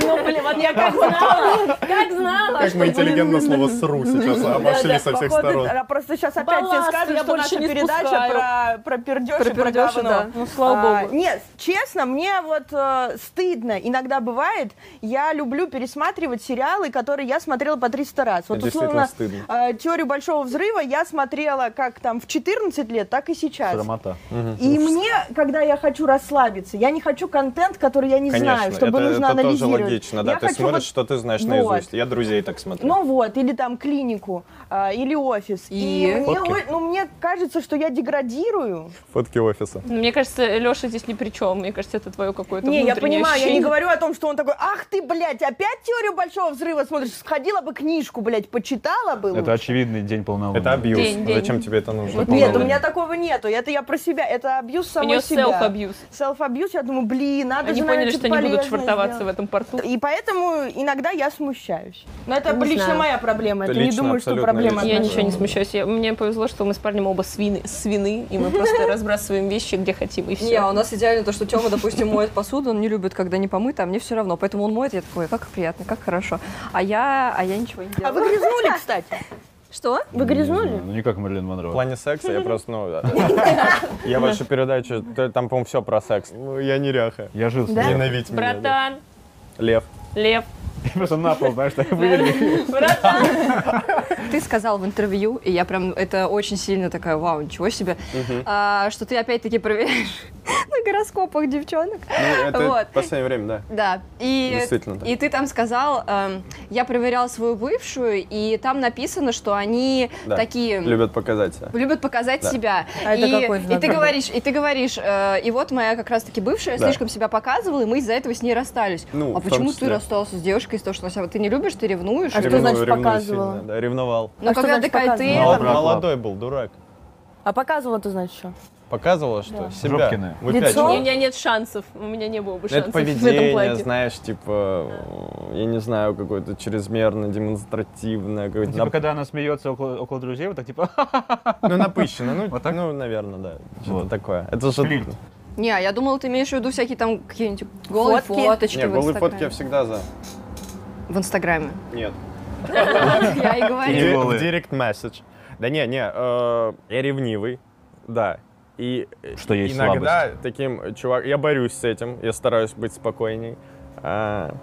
S2: Ну, блин, вот я как знала, как знала.
S3: Как
S2: А что,
S3: мы
S2: блин,
S3: интеллигентно слово «сру» сейчас обошли со всех
S5: Походу,
S3: сторон.
S5: а просто сейчас опять тебе
S2: Балласт
S5: скажут,
S2: я
S5: что
S2: больше
S5: наша
S2: не
S5: передача
S2: спускаю.
S5: про, про пердеж
S1: Про
S5: и про
S1: пердёж,
S5: говно.
S1: да.
S2: Ну, слава
S5: А,
S2: богу.
S5: Нет, честно, мне вот э, стыдно. Иногда бывает, я люблю пересматривать сериалы, которые я смотрела по 300 раз. Вот
S3: Это
S5: условно,
S3: действительно стыдно.
S5: э, «Теорию большого взрыва» я смотрела как там в 14 лет, так и сейчас.
S4: Срамота.
S3: Ну,
S5: И мне, когда я хочу расслабиться, я не хочу контент, который я не
S3: Конечно,
S5: знаю, чтобы
S3: это-
S5: нужно
S3: это тоже тоже
S5: анализировать.
S3: логично, да.
S5: Я
S3: ты
S5: хочу
S3: смотришь,
S5: вот-
S3: что ты знаешь
S5: вот.
S3: наизусть. Я друзей так смотрю.
S5: Ну вот, или там клинику, а, или офис. И,
S1: И?
S5: мне,
S4: Фотки.
S5: о- ну, мне кажется, что я деградирую.
S3: Фотки офиса.
S2: Ну, Мне кажется, Леша здесь ни при чем. Мне кажется, это твое какое-то
S5: не, я
S2: внутреннее
S5: понимаю, я
S2: ощущение.
S5: не говорю о том, что он такой, ах ты, блядь, опять теорию большого взрыва смотришь. Сходила бы книжку, блядь, почитала бы.
S4: Это
S5: лучше».
S4: очевидный день полнолуния.
S3: Это абьюз.
S2: День, день.
S3: Зачем тебе это нужно?
S5: Нет, у
S4: Полнолуние.
S5: меня такого нету. Это я про себя. Это абьюз
S2: У нее
S5: самой себя.
S2: селф-абьюз.
S5: Селф-абьюз. Я думаю, блин, надо
S2: Они
S5: же,
S2: поняли,
S5: наверное,
S2: что
S5: что-то
S2: не будут
S5: полезное
S2: швартоваться в
S5: сделать.
S2: этом порту.
S5: И поэтому иногда я смущаюсь. Но это
S10: Не
S5: лично
S10: знаю.
S5: моя проблема.
S3: Это
S5: Это, не
S3: лично,
S5: думаю, что
S3: абсолютно
S5: проблема.
S3: лично.
S2: Я
S5: одна.
S2: ничего не смущаюсь. Я- мне повезло, что мы с парнем оба свины, свины, и мы просто разбрасываем вещи, где хотим, и
S1: Не, а
S2: все.
S1: у нас идеально то, что Тёма, допустим, моет посуду, он не любит, когда не помыто, а мне все равно. Поэтому он моет, я такой, как приятно, как хорошо. А я, а я ничего не
S5: А
S1: делаю.
S5: вы грязнули, кстати?
S1: Что?
S5: Вы грязнули?
S4: Ну, не как Мерлин Монро.
S3: В плане секса я просто, ну, да. Я вашу передачу, т- там, по-моему, все про секс. Ну, Я неряха.
S4: Я жил с ним.
S3: Ненавидь меня. да.
S2: Братан,
S3: Лев.
S2: Лев,
S4: Просто на пол, знаешь, так вывели.
S2: братан.
S1: Ты сказал в интервью, и я прям, это очень сильно такая, вау, ничего себе, а, что ты опять-таки проверяешь на гороскопах девчонок.
S3: Ну,
S1: Вот.
S3: это в последнее время, да.
S1: Да, и,
S3: Действительно так.
S1: и ты там сказал, эм, я проверял свою бывшую, и там написано, что они
S3: Да.
S1: такие...
S3: Любят показать себя.
S1: любят показать
S3: Да.
S1: себя.
S5: А это
S1: и,
S5: какой
S1: и
S5: знак?
S1: ты говоришь, и ты говоришь, э, и вот моя как раз-таки бывшая
S3: Да.
S1: слишком себя показывала, и мы из-за этого с ней расстались. а
S3: Ну, в том
S1: почему
S3: числе.
S1: ты расстался с девушкой из-за того, что она себя... Ты не любишь, ты ревнуешь?
S5: А что
S3: Ревную-
S5: значит
S3: ревную
S5: показывала?
S3: сильно, Да, ревновал.
S1: Ну,
S5: А что
S1: когда
S5: значит
S1: такая ты...
S5: показывала?
S3: А он
S4: брат,
S3: молодой был, дурак.
S5: А показывала-то значит что?
S3: Показывала, что себя
S4: Жопкины.
S5: Лицо?
S2: У
S3: выпячивала.
S2: меня нет шансов. У меня не было бы
S3: Ну, Это
S2: шансов в этом
S3: поведение,
S2: платье.
S3: знаешь, типа, э, я не знаю, какое-то чрезмерно демонстративное, какое-то
S4: Типа,
S3: нап-
S4: когда она смеется около, около друзей, вот так типа...
S3: ну, напыщенное, ну,
S4: Вот так?
S3: ну, наверное, да, что-то
S4: Вот.
S3: такое. Это же...
S4: Флирт.
S1: Не, я думала, ты имеешь в виду всякие там какие-нибудь голые
S5: Фотки?
S1: фоточки
S3: Не,
S1: в
S3: голые
S1: Инстаграме.
S3: фотки я всегда за.
S1: В Инстаграме.
S3: Нет.
S1: Я и
S3: В
S2: А
S1: говорю.
S4: Не
S3: ди-
S4: голые.
S3: в директ месседж. Да не, не, э, я ревнивый, да. И э,
S4: Что есть
S3: иногда таким чувак, я борюсь с этим, я стараюсь быть спокойней, а,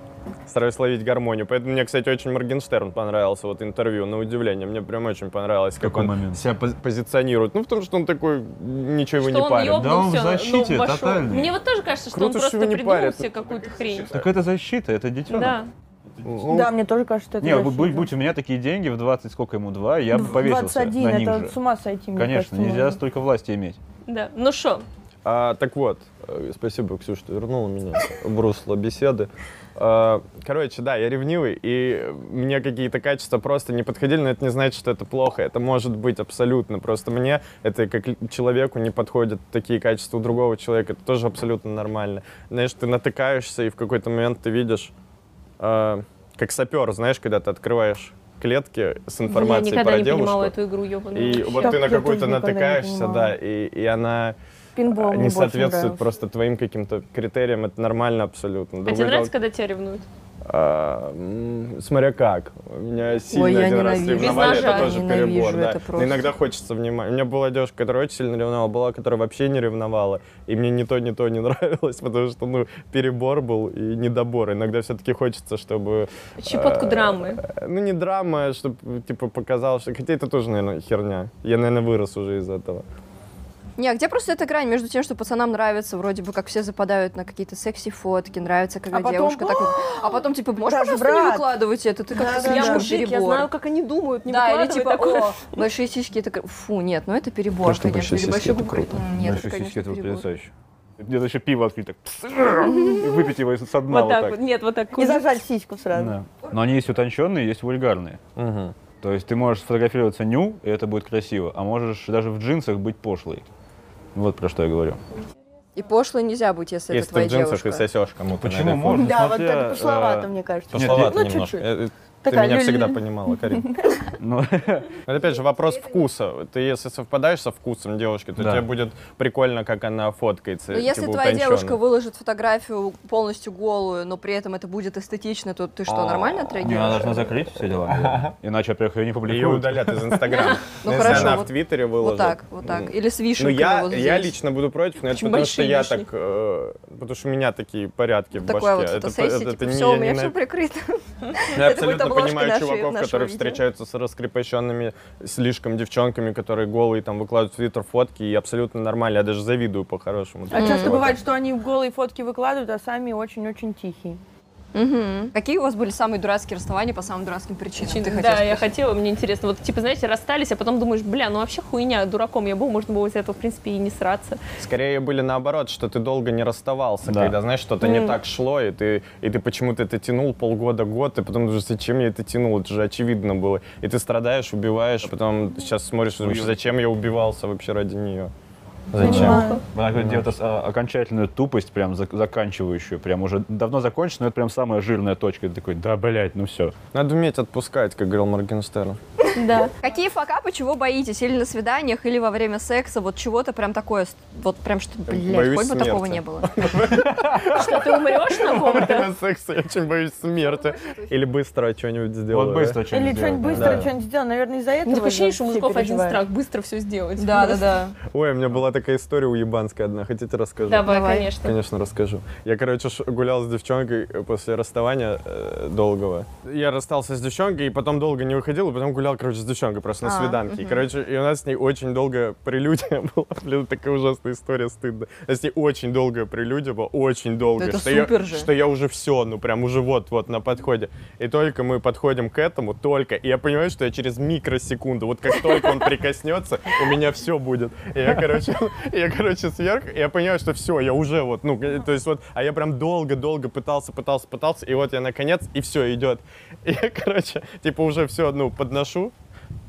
S3: стараюсь ловить гармонию. Поэтому мне, кстати, очень Моргенштерн понравился вот интервью, на удивление. Мне прям очень понравилось, как
S4: какой
S3: он
S4: момент?
S3: себя пози- позиционирует. Ну, потому что он такой, ничего его
S2: Что
S3: не
S2: он
S3: парит.
S4: Да он в
S2: ёбнулся, но
S4: защите
S2: вошел.
S4: тотальной.
S2: Мне вот тоже кажется, что
S3: Круто,
S2: он
S3: что
S2: просто
S3: его не
S2: придумал
S3: парят.
S2: себе какую-то хрень.
S4: Так это защита, это дитё.
S2: Да.
S3: Ну,
S5: Да, мне тоже кажется, что это
S4: Не, будь,
S5: защита.
S4: будь у меня такие деньги в 20, сколько ему, 2, я бы повесился
S5: 21,
S4: на них
S5: это
S4: же.
S5: с ума сойти, мне
S4: Конечно,
S5: кажется,
S4: нельзя
S5: можно.
S4: столько власти иметь.
S2: Да. Ну что,
S3: А, так вот, э, спасибо, Ксюша, что вернула меня в русло беседы. А, Короче, да, я ревнивый, и мне какие-то качества просто не подходили, но это не значит, что это плохо. Это может быть абсолютно. Просто мне это как л- человеку не подходят такие качества у другого человека. Это тоже абсолютно нормально. Знаешь, ты натыкаешься, и в какой-то момент ты видишь, а, как сапер, знаешь, когда ты открываешь клетки с
S2: Ну, я
S3: информацией
S2: никогда
S3: про
S2: не понимала
S3: девушку.
S2: эту игру, ёбаную. А
S3: И вот
S5: Так,
S3: ты на
S5: я тоже
S3: какую-то
S5: никогда не
S3: натыкаешься,
S5: понимала.
S3: да, и, и она
S5: Пинбол мне
S3: не
S5: больше
S3: соответствует
S5: нравился.
S3: просто твоим каким-то критериям, это нормально абсолютно.
S2: А тебе
S3: Другое
S2: нравится,
S3: дело-
S2: когда тебя ревнуют?
S3: А, м, смотря как. У меня сильно
S1: я
S3: один раз
S1: ненавижу.
S3: ревновали,
S2: Без
S3: это
S2: ножа
S3: тоже
S1: ненавижу,
S3: перебор.
S1: это
S3: да.
S1: просто.
S3: Иногда хочется внимания. У меня была девушка, которая очень сильно ревновала, была, которая вообще не ревновала. И мне ни то, ни то не нравилось, потому что, ну, перебор был и недобор. Иногда все-таки хочется, чтобы...
S2: Щепотку
S3: э,
S2: драмы.
S3: э, Ну, не драма, чтобы, типа, показалось, что... Хотя это тоже, наверное, херня. Я, наверное, вырос уже из этого.
S1: Не, а где просто эта грань между тем, что пацанам нравится, вроде бы как все западают на какие-то секси-фотки, нравится, когда
S5: А потом,
S1: девушка так... вот- А потом, типа, можешь, пожалуйста, не
S5: Разврат.
S1: выкладывать это? Ты
S3: э,
S1: как-то
S5: Да-да-да.
S1: слишком
S2: Я мужик, я
S1: перебор.
S2: знаю, как они думают. Не
S1: Да, или
S2: выкладывай
S1: типа,
S2: такое.
S1: о, большие сиськи, это... кр- Фу, нет, ну это перебор,
S3: То, что
S1: конечно.
S3: большие
S1: или
S3: сиськи,
S1: большие
S3: это
S1: губы.
S3: круто.
S1: М, Нет, это,
S4: Большие сиськи,
S1: конечно,
S4: это
S1: перебор.
S4: потрясающе. Где-то еще пиво открыть так. и Выпить его из- со дна
S2: Вот
S4: вот
S2: так вот.
S4: так.
S2: Нет, вот так.
S5: Не зажать сиську сразу.
S4: Да. Но они есть утонченные, есть вульгарные.
S3: Мгм.
S4: То есть ты можешь сфотографироваться ню, и это будет красиво, а можешь даже в джинсах быть пошлой. Вот про что я говорю.
S1: И пошлой нельзя быть, если,
S3: Если
S1: это
S3: ты
S1: твоя
S3: в джинсах
S1: девушка.
S3: и сосешь кому-то. на
S4: Почему
S3: телефон.
S4: можно?
S5: Да, вот
S4: Смотря,
S5: это пошловато,
S4: э,
S5: мне кажется.
S4: Нет,
S3: Пословато
S5: ну,
S3: немножко.
S5: чуть-чуть.
S3: Э, э, Ты
S5: Такая
S3: меня
S5: лю-лю-лю.
S3: всегда понимала, Карин.
S4: ну,
S3: Но опять же, вопрос вкуса. Ты если совпадаешь со вкусом девушки, то
S4: Да.
S3: тебе будет прикольно, как она фоткается.
S1: Но Ну, если
S3: типа,
S1: твоя
S3: утонченно.
S1: девушка выложит фотографию полностью голую, но при этом это будет эстетично, то ты
S3: А,
S1: что, нормально
S4: А, Не, она
S1: отреагируешь?
S4: должна закрыть все дела. наверное. Иначе, во-первых, ее не
S3: ее
S4: публикуют.
S3: удалят из Инстаграма.
S1: Ну,
S3: Если
S1: хорошо,
S3: она в
S1: вот-
S3: Твиттере выложит.
S1: Вот так, вот так.
S3: м,
S1: Или с
S3: Ну,
S1: вишенкой
S3: я,
S1: вот
S3: я
S1: здесь.
S3: лично буду против, но это
S2: Очень
S3: потому что
S2: большие
S3: я
S2: вишни.
S3: так... э, потому что у меня такие порядки в башке.
S1: Такая вот
S3: Это-
S1: фотосессия,
S3: это
S1: типа,
S3: не-
S1: все,
S3: я
S1: у меня
S3: не
S1: все
S3: на-
S1: прикрыто.
S3: Я
S1: Это будет
S3: абсолютно
S1: обложка
S3: понимаю
S1: нашей-
S3: чуваков,
S1: нашего
S3: которые
S1: видео.
S3: встречаются с раскрепощенными слишком девчонками, которые голые там выкладывают в твиттер фотки, и абсолютно нормально. Я даже завидую по-хорошему.
S5: А
S3: таким
S5: часто
S3: чувакам.
S5: бывает, что они голые фотки выкладывают, а сами очень-очень тихие.
S1: Мгм. Какие у вас были самые дурацкие расставания по самым дурацким причинам? Ты хотела
S2: да, я
S1: спросить.
S2: хотела, мне интересно. Вот, типа, знаете, расстались, а потом думаешь, бля, ну вообще хуйня, дураком я был, можно было из этого, в принципе, и не сраться.
S3: Скорее были наоборот, что ты долго не расставался,
S4: Да.
S3: когда, знаешь, что-то не так шло, и ты, и ты почему-то это тянул полгода, год, и потом думаешь, зачем я это тянул, это же очевидно было. И ты страдаешь, убиваешь, а потом сейчас смотришь, думаешь, зачем я убивался вообще ради нее. Зачем?
S4: Она говорит, делает ос- а, окончательную тупость, прям зак- заканчивающую, прям уже давно закончена, но это прям самая жирная точка. И ты такой, да, блядь, ну все.
S3: Надо уметь отпускать, как говорил Моргенштерн.
S2: Да.
S1: Какие факапы, чего боитесь? Или на свиданиях, или во время секса? Вот чего-то прям такое, с- вот прям что, блядь,
S3: Боюсь
S1: хоть бы такого
S3: смерти.
S1: не было.
S2: Что ты умрешь на ком-то?
S3: Во время секса я очень боюсь смерти. Или быстро что-нибудь сделаю.
S4: Вот быстро что-нибудь
S5: Или что-нибудь быстро, что-нибудь сделал. Наверное, из-за этого.
S2: Ну, такое ощущение,
S5: же
S2: что у
S5: все
S2: мужиков один
S5: переживают.
S2: страх, быстро все сделать.
S1: Да, да, да.
S3: Ой, у меня была такая история уебанская одна. Хотите расскажу?
S2: Давай,
S1: Давай.
S2: конечно.
S3: Конечно, расскажу. Я, короче, ш- гулял с девчонкой э, после расставания э, долгого. Я расстался с девчонкой, и потом долго не выходил, и потом гулял, короче, с девчонкой просто на
S1: А,
S3: свиданке. И, короче, и у нас с ней очень долгая прелюдия была. Блин, такая ужасная история, стыдно. У нас с ней очень долгая прелюдия была, очень долгая.
S1: это
S3: что я-
S1: супер же.
S3: Что я уже все, ну прям уже вот-вот на подходе. И только мы подходим к этому, только, и я понимаю, что я через микросекунду, вот как только он прикоснется, у меня все будет. И я, короче, я, короче, сверху, и я понимаю, что все, я уже вот, ну, э, то есть вот, а я прям долго-долго пытался, пытался, пытался, и вот я наконец, и все идет. И я, короче, типа уже все, ну, подношу,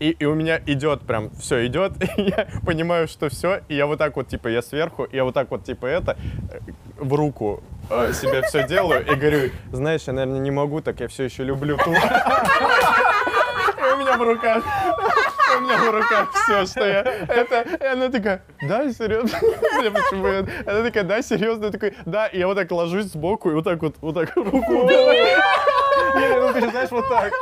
S3: и, и у меня идет прям, все идет, и я понимаю, что все, и я вот так вот, типа, я сверху, я вот так вот, типа, это, э, в руку э, себе все делаю и говорю, знаешь, я, наверное, не могу, так я все еще люблю ту. И у меня в руках, у меня в руках все, что я, это, и она такая, да, серьезно, Бля, почему я, она такая, да, серьезно, я такой, да, и я вот так ложусь сбоку и вот так вот, вот так руку. Не, ну ты же знаешь, вот так.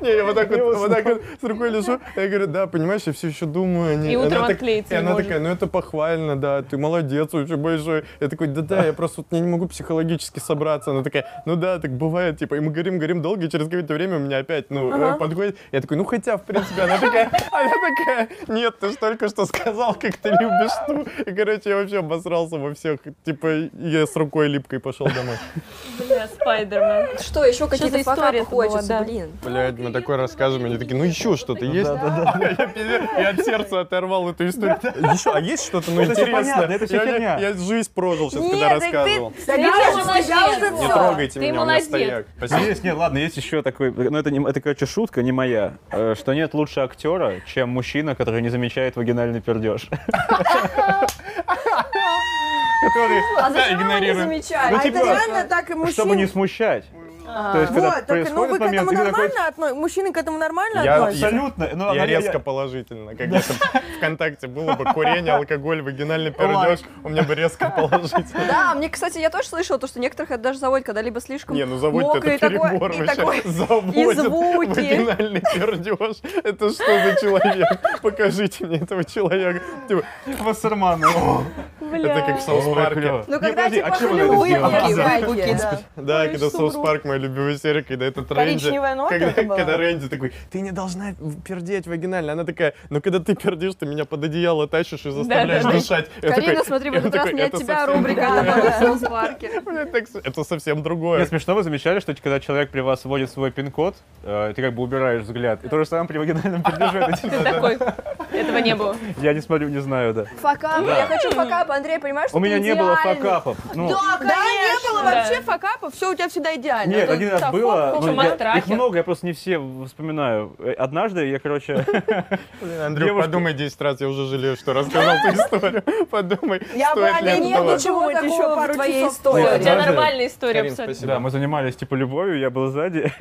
S3: Не, я вот так вот, вот так вот с рукой лежу. Я говорю, да, понимаешь, я все еще думаю. о ней».
S2: И утром
S3: Она так-
S2: отклеиться
S3: И
S2: не
S3: она
S2: может.
S3: такая, ну это похвально, да, ты молодец очень большой. Я такой, да-да, я просто вот я не могу психологически собраться. Она такая, ну да, так бывает, типа, и мы горим, горим долго, и через какое-то время у меня опять, ну, э, подходит. Я такой, ну хотя, в принципе, она такая, она такая, нет, ты же только что сказал, как ты любишь ту. И, короче, я вообще обосрался во всех, типа, я с рукой липкой пошел домой.
S2: Бля, Спайдермен.
S1: Что, еще какие-то
S2: за
S1: факапы
S2: история-то была,
S1: хочется,
S2: да.
S1: блин.
S3: Блядь, мы такое рассказываем, они такие, ну еще что-то есть? Я пиздец, я от сердца оторвал эту историю. Еще, а есть что-то, ну
S4: Это всё
S3: интересное?
S4: понятно, это всё
S3: Я- я-
S4: херня.
S3: Я жизнь прожил сейчас, когда
S10: Нет, так
S3: рассказывал.
S10: ты
S5: Конечно,
S10: стыдишься,
S3: Не
S10: всё.
S3: трогайте
S2: Ты
S3: меня, у меня
S2: молодец.
S3: стояк. Спасибо.
S4: Есть, нет, ладно, есть еще такой, ну это, не, это, короче, шутка, не моя, э, что нет лучше актера, чем мужчина, который не замечает вагинальный пердеж. Который,
S1: А зачем его не
S4: игнорируем.
S1: замечать?
S4: Ну,
S5: А это
S4: типа,
S5: реально так и
S4: чтобы не
S5: мужчин.
S4: смущать. То есть, когда
S5: Вот, так, ну
S4: происходит
S5: вы к этому
S4: момент, и ты такой,
S5: нормально относитесь? Мужчины к этому нормально
S3: Я-
S5: относятся?
S4: абсолютно, ну, она-
S3: Я резко положительно. Как если бы ВКонтакте было бы курение, алкоголь, вагинальный пердеж, у меня бы резко положительно.
S1: Да, мне, кстати, я тоже слышала, то, что некоторых это даже заводит, когда либо слишком
S3: Не, ну заводит
S1: мокрый,
S3: это
S1: такой-
S3: перебор
S1: и
S3: вообще.
S1: такой-
S3: Заводит
S1: звуки.
S3: вагинальный пердеж. Это что за человек? Покажите мне этого человека. Типа,
S4: Вассерман.
S3: Это как в Саус Парке.
S1: Ну, когда
S4: подожди,
S1: типа
S4: а чем она это
S1: хлюпики,
S4: сделала?
S1: хлюпики,
S5: Да.
S1: хлюпики, да.
S3: Да, когда Саус Парк, моя любимая серия, когда этот Рэнди...
S5: Коричневая нота
S3: когда,
S5: это была?
S3: когда Рэнди такой, ты не должна пердеть вагинально. Она такая, ну когда ты пердишь, ты меня под одеяло тащишь и заставляешь
S2: Да-да-да.
S3: дышать. Я
S1: Карина,
S3: такой-
S1: смотри, в
S3: я
S1: этот раз
S3: такой,
S1: мне от
S3: «Это
S1: тебя
S3: совсем
S1: рубрика
S3: другое».
S1: добавилась в парке.
S3: Бля, так с- Это совсем другое.
S4: Мне смешно, вы замечали, что когда человек при вас вводит свой пин-код, э, ты как бы убираешь взгляд. И то же самое при вагинальном пердеже. Это типа,
S2: Такой. Этого не было.
S4: Я не смотрю, не знаю, да.
S1: Факапы, я хочу факапы, Андрей, понимаешь, что
S4: У
S1: ты
S4: меня не было
S1: идеальный.
S4: факапов. Ну,
S5: Да, не
S2: Да.
S5: было вообще факапов, все у тебя всегда идеально.
S4: Нет,
S5: Тут
S4: один раз
S5: софоп,
S4: было.
S2: Причем
S4: ну, я-
S2: матраки.
S4: их много, я просто не все вспоминаю. Э, Однажды я, короче,
S3: Блин, Андрюх,
S4: девушка-
S3: подумай 10 раз, я уже жалею, что рассказал эту историю. Подумай,
S5: Я бы
S3: стоит ли это
S5: нет
S3: того.
S5: ничего
S1: Такого
S5: еще
S1: в
S5: пару
S1: твоей
S5: часов.
S1: истории.
S2: Всё, У тебя
S4: Даже-
S2: нормальная история
S3: Карин,
S2: абсолютно.
S3: спасибо.
S4: да, мы занимались типа любовью, я был сзади.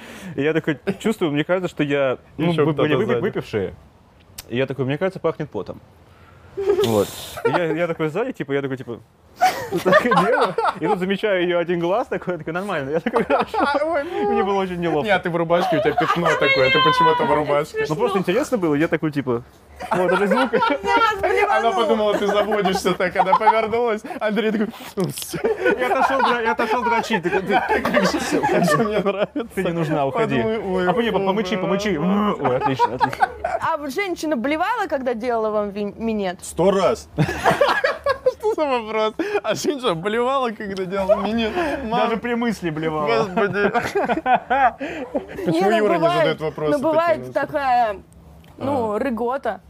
S4: И я такой чувствую, мне кажется, что я ну,
S3: Еще
S4: мы были
S3: кто-то
S4: выпи-
S3: сзади.
S4: выпившие. И я такой, мне кажется, пахнет потом. Вот. И я, я такой сзади, типа, я такой, типа, вот так и делаю. И тут замечаю ее один глаз такой, я такой, нормально. Я такой, хорошо. Мне было очень неловко.
S3: ну, Нет, ты в рубашке, у тебя пятно такое, ты почему-то в рубашке.
S4: Ну просто интересно было, я такой типа. Вот этот звук.
S3: Она подумала, ты заводишься так, она повернулась. Андрей такой, «Ну, всё,
S4: Я отошел, дра- я отошел дрочить. Ты, ты-
S3: как же мне нравится.
S4: ты не нужна, уходи.
S3: Подумай, ой,
S4: а мне
S3: ой,
S4: помычи,
S3: ой,
S4: помычи.
S3: ой.
S4: Ой, отлично, отлично.
S5: А вот женщина блевала, когда делала вам ви- минет?
S3: Сто раз. Можно вопрос? А Шинджа блевала, когда делала меню.
S4: Даже
S3: Мам,
S4: при мысли блевал.
S3: господи. Почему
S5: ну,
S3: Юра не
S5: бывает-
S3: задает вопросы?
S5: Ну, бывает
S3: такие?
S5: такая, ну,
S4: А.
S5: рыгота.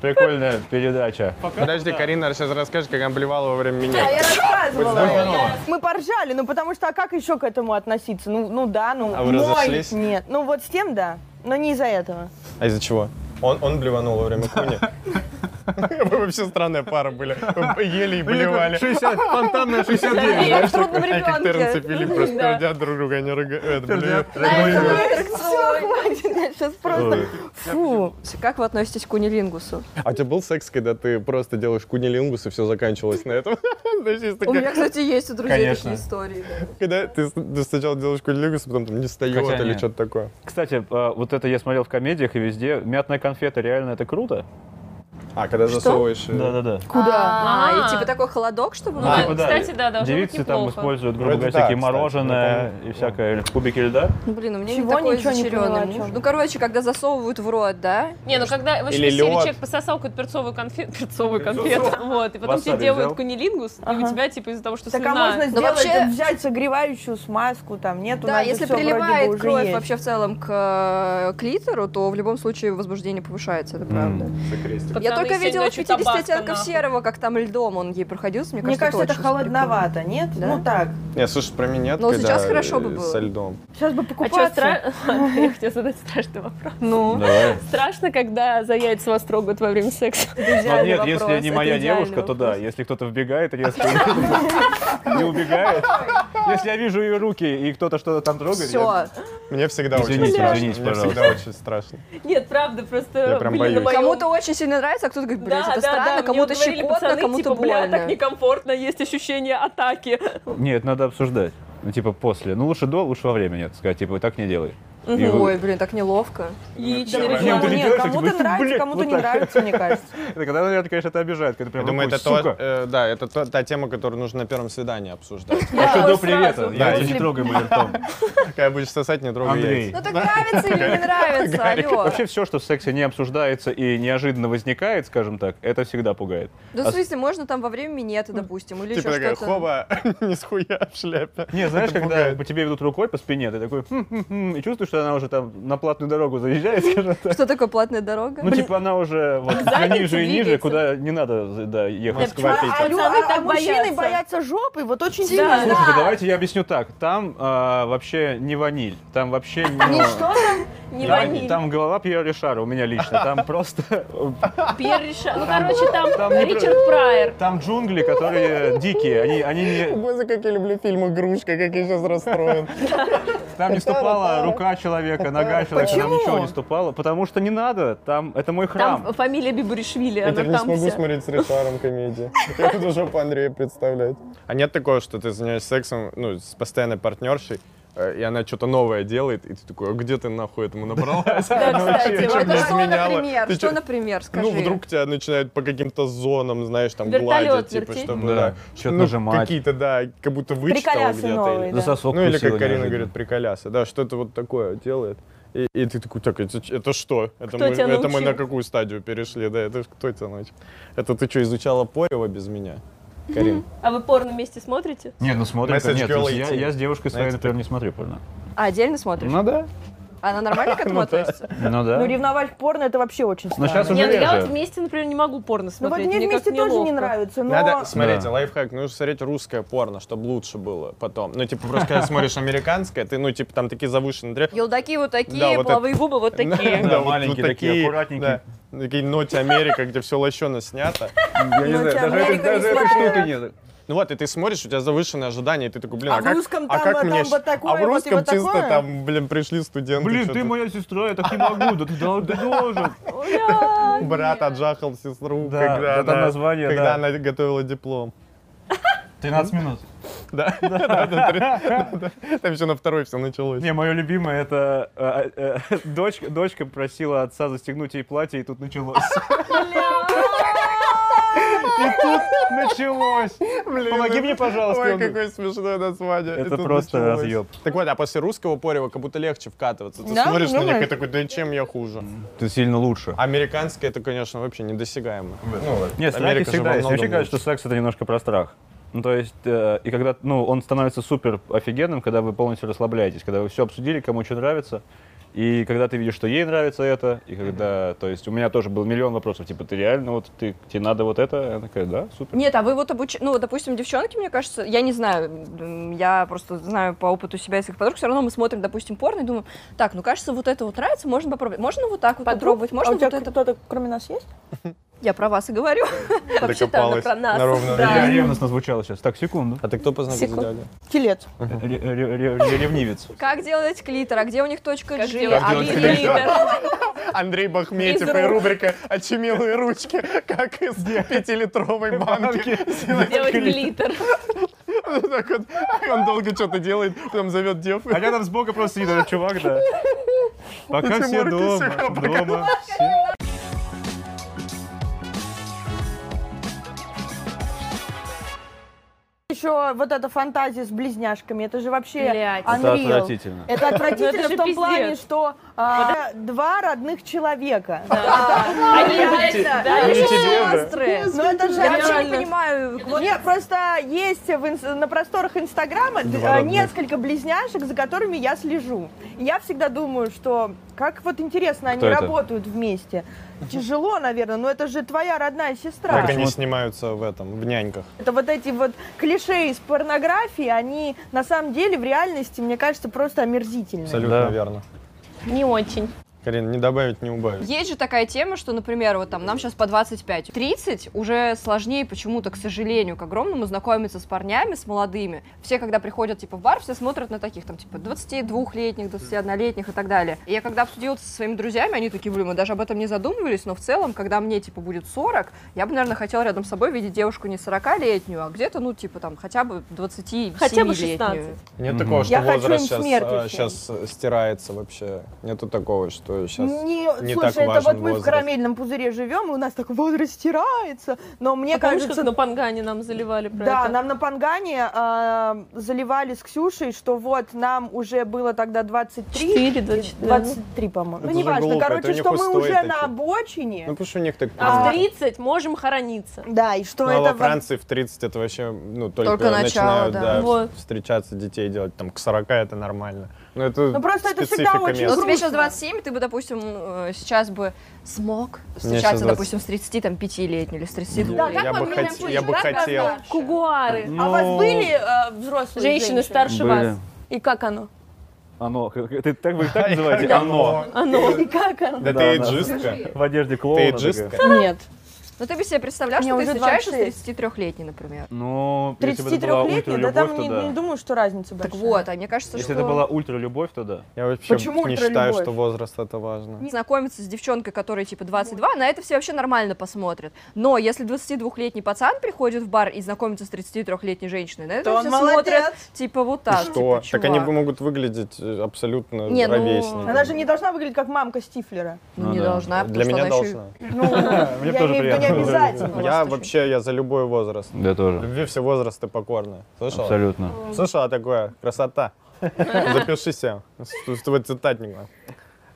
S4: Прикольная передача.
S3: Подожди, Карина сейчас расскажет, как она блевала во время меня.
S5: А я рассказывала.
S3: здорова.
S5: Мы поржали, ну, потому что, а как еще к этому относиться? Ну, ну да, ну.
S3: А вы разошлись?
S5: Нет, ну вот с тем, да. Но не из-за этого.
S3: А из-за чего? Он, он блеванул во время куни. Вы вообще странная пара были. Вы Ели и
S4: Ну,
S3: блевали.
S4: 60, фонтанная 69.
S1: Я в трудном
S3: Они как Терренс и
S1: ребенке.
S3: Филипп просто пердят друг друга, они рыга- э, это, блюют.
S5: Все, хватит, я сейчас просто... Фу.
S1: Как вы относитесь к кунилингусу?
S3: А у тебя был секс, когда ты просто делаешь кунилингус и все заканчивалось на этом? Знаешь, есть
S1: У
S3: такая-
S1: меня, кстати, есть у друзей
S4: Конечно.
S1: такие истории.
S5: А.
S3: Когда ты с- ты сначала делаешь кунилингус, а потом там не встает
S4: Хотя
S3: или
S4: нет.
S3: что-то такое.
S4: Кстати, э, вот это я смотрел в комедиях и везде. Мятная конфета, реально это круто?
S3: А, когда засовываешь... э,
S4: да.
S5: Куда?
S1: А,
S2: А.
S1: и типа такой холодок,
S3: А,
S1: чтобы...
S2: Ну,
S1: было.
S2: типа, да. Кстати, должно быть
S4: А, Девицы там
S2: неплохо.
S4: используют, грубо
S3: Вроде
S4: говоря,
S3: да,
S4: всякие
S3: кстати,
S4: мороженое
S3: напомню.
S4: и всякое, или кубики льда.
S1: Ну, Блин, у меня
S5: Чего?
S1: не такой
S5: Ничего не поняла, о
S1: зачаренный
S5: чём.
S1: муж. Ну, короче, когда засовывают в рот, да?
S2: Не, ну когда вы же
S3: Или
S2: видели,
S3: лед.
S2: человек пососал какую-то перцовую конфету, перцовую конфету, вот, и потом тебе
S4: Васаби
S2: делают
S4: взял.
S2: кунилингус, и у тебя типа из-за того, что
S5: Так а
S2: слюна-
S5: можно сделать,
S1: вообще-
S5: это взять согревающую смазку, там, нет? у
S1: Да,
S5: нас же
S1: если
S5: Ну, всё вроде бы
S1: приливает
S5: уже
S1: кровь
S5: есть.
S1: вообще в целом к э, клитору, то в любом случае возбуждение повышается, это правда.
S2: Пацаны,
S1: Я только
S2: сегодня
S1: видела в
S2: ночью
S1: 50
S2: Табаско,
S1: оттенков
S2: нахуй.
S1: серого, как там льдом он ей проходился, мне
S5: Мне
S1: кажется,
S5: кажется, это
S1: очень
S5: холодновато, нет?
S1: Да?
S5: Ну так.
S3: Не, слушай, про меня нет,
S1: Ну,
S3: когда,
S1: сейчас хорошо бы
S3: э,
S1: было.
S3: Со льдом.
S5: Сейчас бы
S2: А что,
S5: покупаться.
S2: страшно? Я хотела задать страшный вопрос.
S1: Ну,
S4: Давай.
S2: Страшно, когда за яйца вас трогают во время секса?
S4: Но
S1: идеальный
S4: ну, нет,
S1: вопрос,
S4: если не
S1: это
S4: моя
S1: идеальный
S4: девушка, то да. Если кто-то вбегает резко и не убегает. Если я вижу ее руки и кто-то что-то там трогает, я-
S1: все.
S3: Мне всегда очень
S4: Извините,
S3: страшно.
S4: извините,
S3: Мне всегда очень страшно.
S2: Нет, правда, просто...
S3: Я прям
S2: блин,
S3: боюсь.
S2: на моём-
S1: Кому-то очень сильно нравится, а кто-то говорит, блядь,
S2: Да,
S1: это
S2: да, да,
S1: странно,
S2: мне
S1: кому-то
S2: говорили
S1: щекотно,
S2: пацаны,
S1: кому-то
S2: типа, «Бля,
S1: больно.
S2: так некомфортно, есть ощущение атаки.
S4: Нет, надо обсуждать. Ну, типа, после. Ну, лучше до, лучше во время, нет. Сказать, типа, так не делай. И вы-
S1: Ой, блин, так неловко.
S2: Яичная
S4: Нет,
S2: реклама.
S4: ты не
S5: Нет,
S4: делаешь,
S5: кому-то
S4: типа,
S5: нравится,
S4: «Блядь,
S5: кому-то
S4: вот
S5: не
S4: так».
S5: нравится, мне кажется.
S4: Это когда, наверное, конечно, это обижает, когда прям
S3: Я думаю,
S4: «Ой,
S3: это то,
S4: сука».
S3: э, да, это то- та тема, которую нужно на первом свидании обсуждать.
S4: Еще
S2: Ой,
S4: до привета.
S2: сразу.
S4: Я
S3: Да.
S4: тебя не трогай моим ртом.
S3: Какая будешь сосать, не трогай
S4: Андрей.
S3: яйца.
S1: Ну так нравится или не нравится, алло.
S4: Вообще все, что в сексе не обсуждается и неожиданно возникает, скажем так, это всегда пугает.
S1: Да, в смысле, можно там во время минета, допустим, или
S3: Типа
S1: еще
S3: такая,
S1: что-то.
S3: хоба, не с хуя в шляпе.
S4: Не, знаешь,
S3: Это
S4: когда
S3: пугает.
S4: по тебе ведут рукой по спине, ты такой «Хм-хм-хм», и чувствуешь, что она уже там на платную дорогу заезжает, скажем так.
S1: Что такое платная дорога?
S4: Ну, типа, она уже вот все ниже и ниже, куда не надо да, ехать,
S5: А,
S4: сквозь.
S5: лю-
S2: Пацаны
S5: а-
S2: так
S5: а мужчины
S2: боятся.
S5: боятся жопы, вот очень сильно.
S4: Слушайте, давайте я объясню так. Там а, вообще не ваниль, там вообще не...
S2: Не
S4: Там-
S2: ваниль.
S4: Там голова Пьера Ришара у меня лично, там просто...
S2: Пьер Риша- Ну, короче, там,
S4: Там не
S2: Ричард Прайер.
S4: Там джунгли, которые дикие, они, они не...
S3: Боже, как я люблю фильм «Игрушка», как я сейчас расстроен.
S4: Там не ступала рука человека, нога человека, там
S5: Почему?
S4: ничего не ступало, потому что не надо, там, это мой храм.
S2: Там фамилия Бибуришвили,
S3: Я
S2: она
S3: так не
S2: там
S3: смогу
S2: вся.
S3: смотреть с Ришаром комедии. Я буду жопу Андрея представлять. А нет такого, что ты занимаешься сексом, ну, с постоянной партнершей, э, и она что-то новое делает, и ты такой, а где ты нахуй этому набралась? Ну,
S2: кстати,
S1: А
S2: вот
S3: чё,
S1: это
S3: блядь,
S1: что,
S3: меняла?
S1: например?
S3: Ты
S1: Что,
S3: чё-
S1: например, скажи?
S3: Ну, вдруг тебя начинают по каким-то зонам, знаешь, там
S2: Вертолет
S3: гладить, типа,
S2: вертеть.
S3: чтобы,
S4: Да,
S3: да,
S4: чё-то
S3: ну,
S4: нажимать.
S3: Какие-то, да, как будто вычитал
S5: Приколясы
S3: где-то.
S5: новые,
S3: или-
S5: да.
S4: сосок
S3: Ну, или
S4: укусила
S3: как Карина
S4: неожиданно.
S3: говорит, приколясы, да, что-то вот такое делает. И, и ты такой, так, это, ч- это что? Это,
S2: Кто
S3: мы,
S2: тебя
S3: это мы
S2: научил?
S3: на какую стадию перешли? Да, это ж кто тебя научил? Это ты что, изучала Порева без меня? Карин,
S2: А вы порно вместе смотрите?
S4: Не, ну смотрим,
S3: Message
S4: нет,
S3: girl
S4: я,
S3: 18.
S4: я с девушкой своей,
S3: Знаете,
S4: например, не смотрю порно.
S1: А, отдельно смотришь?
S4: Ну да.
S1: Она нормально к этому относится?
S4: Ну
S5: Ну,
S4: да.
S5: ревновать к порно это вообще очень
S4: Но
S5: странно.
S4: сейчас уже
S2: Не, ну я вот
S4: реже.
S2: вместе, например, не могу порно
S5: Ну вот
S2: смотреть.
S5: мне
S2: как
S5: вместе тоже
S2: неловко.
S5: не нравится, но...
S3: Надо, смотрите,
S4: Да.
S3: лайфхак, нужно смотреть русское порно, чтобы лучше было потом. Ну, типа, просто когда смотришь американское, ты, ну, типа, там такие завышенные трё-
S1: Елдаки вот
S3: Да,
S1: такие,
S3: вот
S2: А
S1: половые губы вот такие.
S4: Да, маленькие такие, аккуратненькие.
S3: да. Такие ноти Америка, где все лощено снято.
S4: Я не
S5: Ну, тебя
S4: знаю, даже этой-
S5: Америка не
S4: даже этой
S5: смотрела.
S4: штуки нет.
S3: Ну вот, и ты смотришь, у тебя завышенные ожидания, и ты такой, блин,
S5: А
S3: а,
S5: в
S3: как,
S5: русском
S3: а
S5: там,
S3: как
S5: а
S3: мне...
S5: там
S3: щ-
S5: вот такое,
S3: а в
S5: вот и вот
S3: русском чисто
S5: такое?
S3: там, блин, пришли студенты.
S4: Блин,
S3: чё-то.
S4: ты моя сестра, я так не могу, да ты дол- ты должен.
S3: Брат отжахал сестру,
S4: Да,
S3: когда,
S4: да, там
S3: она,
S4: название,
S3: когда
S4: да.
S3: она готовила диплом.
S4: 13 минут.
S3: Да, да, да, да, да. Там еще на второй все началось.
S4: Не, мое любимое это э, э, дочка, дочка просила отца застегнуть ей платье, и тут началось. И тут началось. Помоги мне, пожалуйста.
S3: Ой,
S4: Он-
S3: какое смешное название. И
S4: Это
S3: тут
S4: просто
S3: началось.
S4: разъеб.
S3: Так вот, а после русского порева как будто легче вкатываться. Ты
S5: Да,
S3: смотришь на них и
S5: думаешь?
S3: такой, да чем я хуже?
S4: Ты сильно лучше.
S3: Американское это, конечно, вообще недосягаемо. Ну, вот,
S4: А Нет, страхи
S3: Америка же во
S4: всегда есть. Мне
S3: многом
S4: Вообще кажется,
S3: лучше.
S4: что секс это немножко про страх. Ну, то есть, э, и когда, ну, он становится супер офигенным, когда вы полностью расслабляетесь, когда вы все обсудили, кому что нравится, и когда ты видишь, что ей нравится это, и когда, то есть, у меня тоже был миллион вопросов, типа, ты реально, вот, ты, тебе надо вот это? Она такая, да, супер.
S1: Нет, а вы вот обуч... ну, вот, допустим, девчонки, мне кажется, я не знаю, м, я просто знаю по опыту себя и своих подруг, все равно мы смотрим, допустим, порно и думаем, так, ну, кажется, вот это вот нравится, можно попробовать, можно вот так вот попробовать,
S5: а
S1: можно
S5: у тебя
S1: вот это.
S5: кто-то кроме нас есть?
S1: Я про вас и говорю. Вообще-то она
S3: Докопалась
S1: про нас.
S3: на ровном
S1: Да.
S3: месте.
S4: ревностно звучало сейчас. Так, секунду.
S3: А ты кто познакомился?
S1: Секунду.
S3: Дядя?
S5: Телец.
S4: Ре- ре- ре- Ревнивец.
S1: Как делать клитор, а где у них точка
S2: Как
S1: G,
S2: делать
S1: а
S3: клитор?
S1: где клитор?
S3: Андрей Бахметьев
S1: Из
S3: и
S1: рук.
S3: рубрика «Очемилые ручки», как из пятилитровой банки.
S2: Делать глиттер.
S3: Так вот, Он долго что-то делает, потом зовет дев.
S4: А рядом сбоку просто сидит этот чувак, да. Пока
S3: Эти
S4: все
S3: морки
S4: дома,
S3: всегда
S4: дома.
S5: Еще вот эта фантазия с близняшками, это же вообще
S2: Блядь.
S4: Это
S5: unreal.
S4: отвратительно.
S5: Это
S2: Ну,
S5: отвратительно
S2: это же
S5: в том
S2: пиздец.
S5: плане, что а, два родных человека.
S2: Они, блядь, А да,
S4: Или тебе же.
S1: Сестры.
S5: Ну это же
S1: Я вообще не
S5: отвратительно.
S1: понимаю, вот
S5: Нет, просто есть в инс- на просторах Инстаграма д-
S3: Два
S5: э,
S3: родных.
S5: несколько близняшек, за которыми я слежу. И Я всегда думаю, что как вот интересно они
S4: Кто это?
S5: работают вместе. Тяжело, наверное, но это же твоя родная сестра.
S3: Как они снимаются в этом, в няньках.
S5: Это вот эти вот клише из порнографии, они на самом деле в реальности, мне кажется, просто омерзительны.
S3: Абсолютно
S4: Да.
S3: верно.
S2: не очень.
S3: Карин, не добавить, не убавить.
S1: Есть же такая тема, что, например, вот там нам сейчас по 25, 30 уже сложнее почему-то, к сожалению, к огромному знакомиться с парнями, с молодыми. Все, когда приходят типа в бар, все смотрят на таких там типа 22-летних, 21-летних и так далее. И я когда обсудила это со своими друзьями, они такие, блин, мы даже об этом не задумывались, но в целом, когда мне типа будет 40, я бы, наверное, хотела рядом с собой видеть девушку не 40-летнюю, а где-то, ну, типа там хотя бы 27
S2: Хотя бы 16.
S3: Нет
S4: Мгм.
S3: такого, что
S5: Я хочу
S3: возраст
S5: им
S3: сейчас,
S5: смерти
S3: а,
S5: всем.
S3: сейчас э, стирается вообще. Нету такого, что сейчас...
S5: Не,
S3: не
S5: слушай,
S3: так
S5: это
S3: важен
S5: вот мы
S3: возраст.
S5: в карамельном пузыре живем, и у нас так возраст стирается. Но мне
S2: Мне
S5: кажется,
S2: кажется, А на Пангане нам заливали про
S5: Да,
S2: это.
S5: нам на Пангане э, заливали с Ксюшей, что вот нам уже было тогда 23.
S2: 4, 24.
S5: 23, по-моему.
S3: Это
S5: Ну,
S3: же
S5: неважно.
S3: глупо, это у
S5: Короче,
S3: них
S5: что мы
S3: устои
S5: уже на
S3: такие.
S5: обочине.
S3: Ну, потому что у них так...
S2: А в
S5: А.
S2: 30 можем хорониться.
S5: да, и что
S3: Ну, а во
S5: это... вот-
S3: Франции в 30 это вообще, ну, только,
S1: Только начало,
S3: начинают,
S1: да.
S3: да,
S2: Вот.
S3: в- встречаться, детей делать, там, к 40 это нормально. Ну, это
S5: Ну, просто это
S3: специфика
S5: всегда очень
S1: Ну,
S3: места.
S1: тебе
S5: Грустно.
S1: сейчас 27, ты бы, допустим, э, сейчас бы смог
S3: Мне сейчас
S1: встречаться,
S3: 20.
S1: допустим, с 35-летней или с 32
S2: А
S3: Да, я бы, хот- я бы хотел.
S2: Кугуары.
S5: А у вас
S4: Ну,
S5: были э, взрослые
S2: Женщины старше вас.
S4: Были.
S2: И как оно?
S4: Оно, ты так вы их так называете? Оно.
S3: Э,
S2: Оно.
S5: И как оно?
S3: Да
S4: Да,
S3: ты
S4: да.
S3: иджистка.
S4: В одежде клоуна.
S3: Ты
S4: такая.
S3: иджистка.
S5: Нет.
S1: Ну, ты бы себе представлял,
S5: Мне
S1: что ты
S5: уже
S1: встречаешься с
S5: 26.
S1: 33-летней, например.
S4: Ну, если бы это была
S5: 33-летний, да
S4: ультралюбовь,
S5: там
S4: то
S5: не,
S4: да.
S5: не думаю, что разница большая.
S1: Так вот, а мне кажется,
S4: Если
S1: что
S4: это была ультралюбовь, то да.
S3: Я вообще
S5: Почему
S3: не
S5: ультралюбовь?
S3: считаю, что возраст это важно.
S1: знакомиться с девчонкой, которой типа 22, на это все вообще нормально посмотрят. Но если 22-летний пацан приходит в бар и знакомится с 33-летней женщиной, на это
S5: Ну, То он
S1: все
S5: молодец.
S1: смотрят типа вот так.
S3: И
S1: типа,
S3: что? так они
S1: чувак.
S3: могут выглядеть э, абсолютно
S1: Не, ну,
S3: ровесниками.
S5: Она же не должна выглядеть как мамка Стифлера.
S1: Ну,
S4: Ну
S1: не
S4: да.
S1: должна, потому
S3: Для
S1: что
S3: меня
S1: она еще и-
S3: должна.
S5: Ну, я
S4: Мне тоже
S5: имею в виду не
S4: приятно.
S5: обязательно.
S3: Я вообще, я за любой возраст.
S4: Да тоже.
S3: Любви все возрасты покорны. Слышала?
S4: Абсолютно.
S3: Слышала такое? Красота. Запишися. С твой цитатника.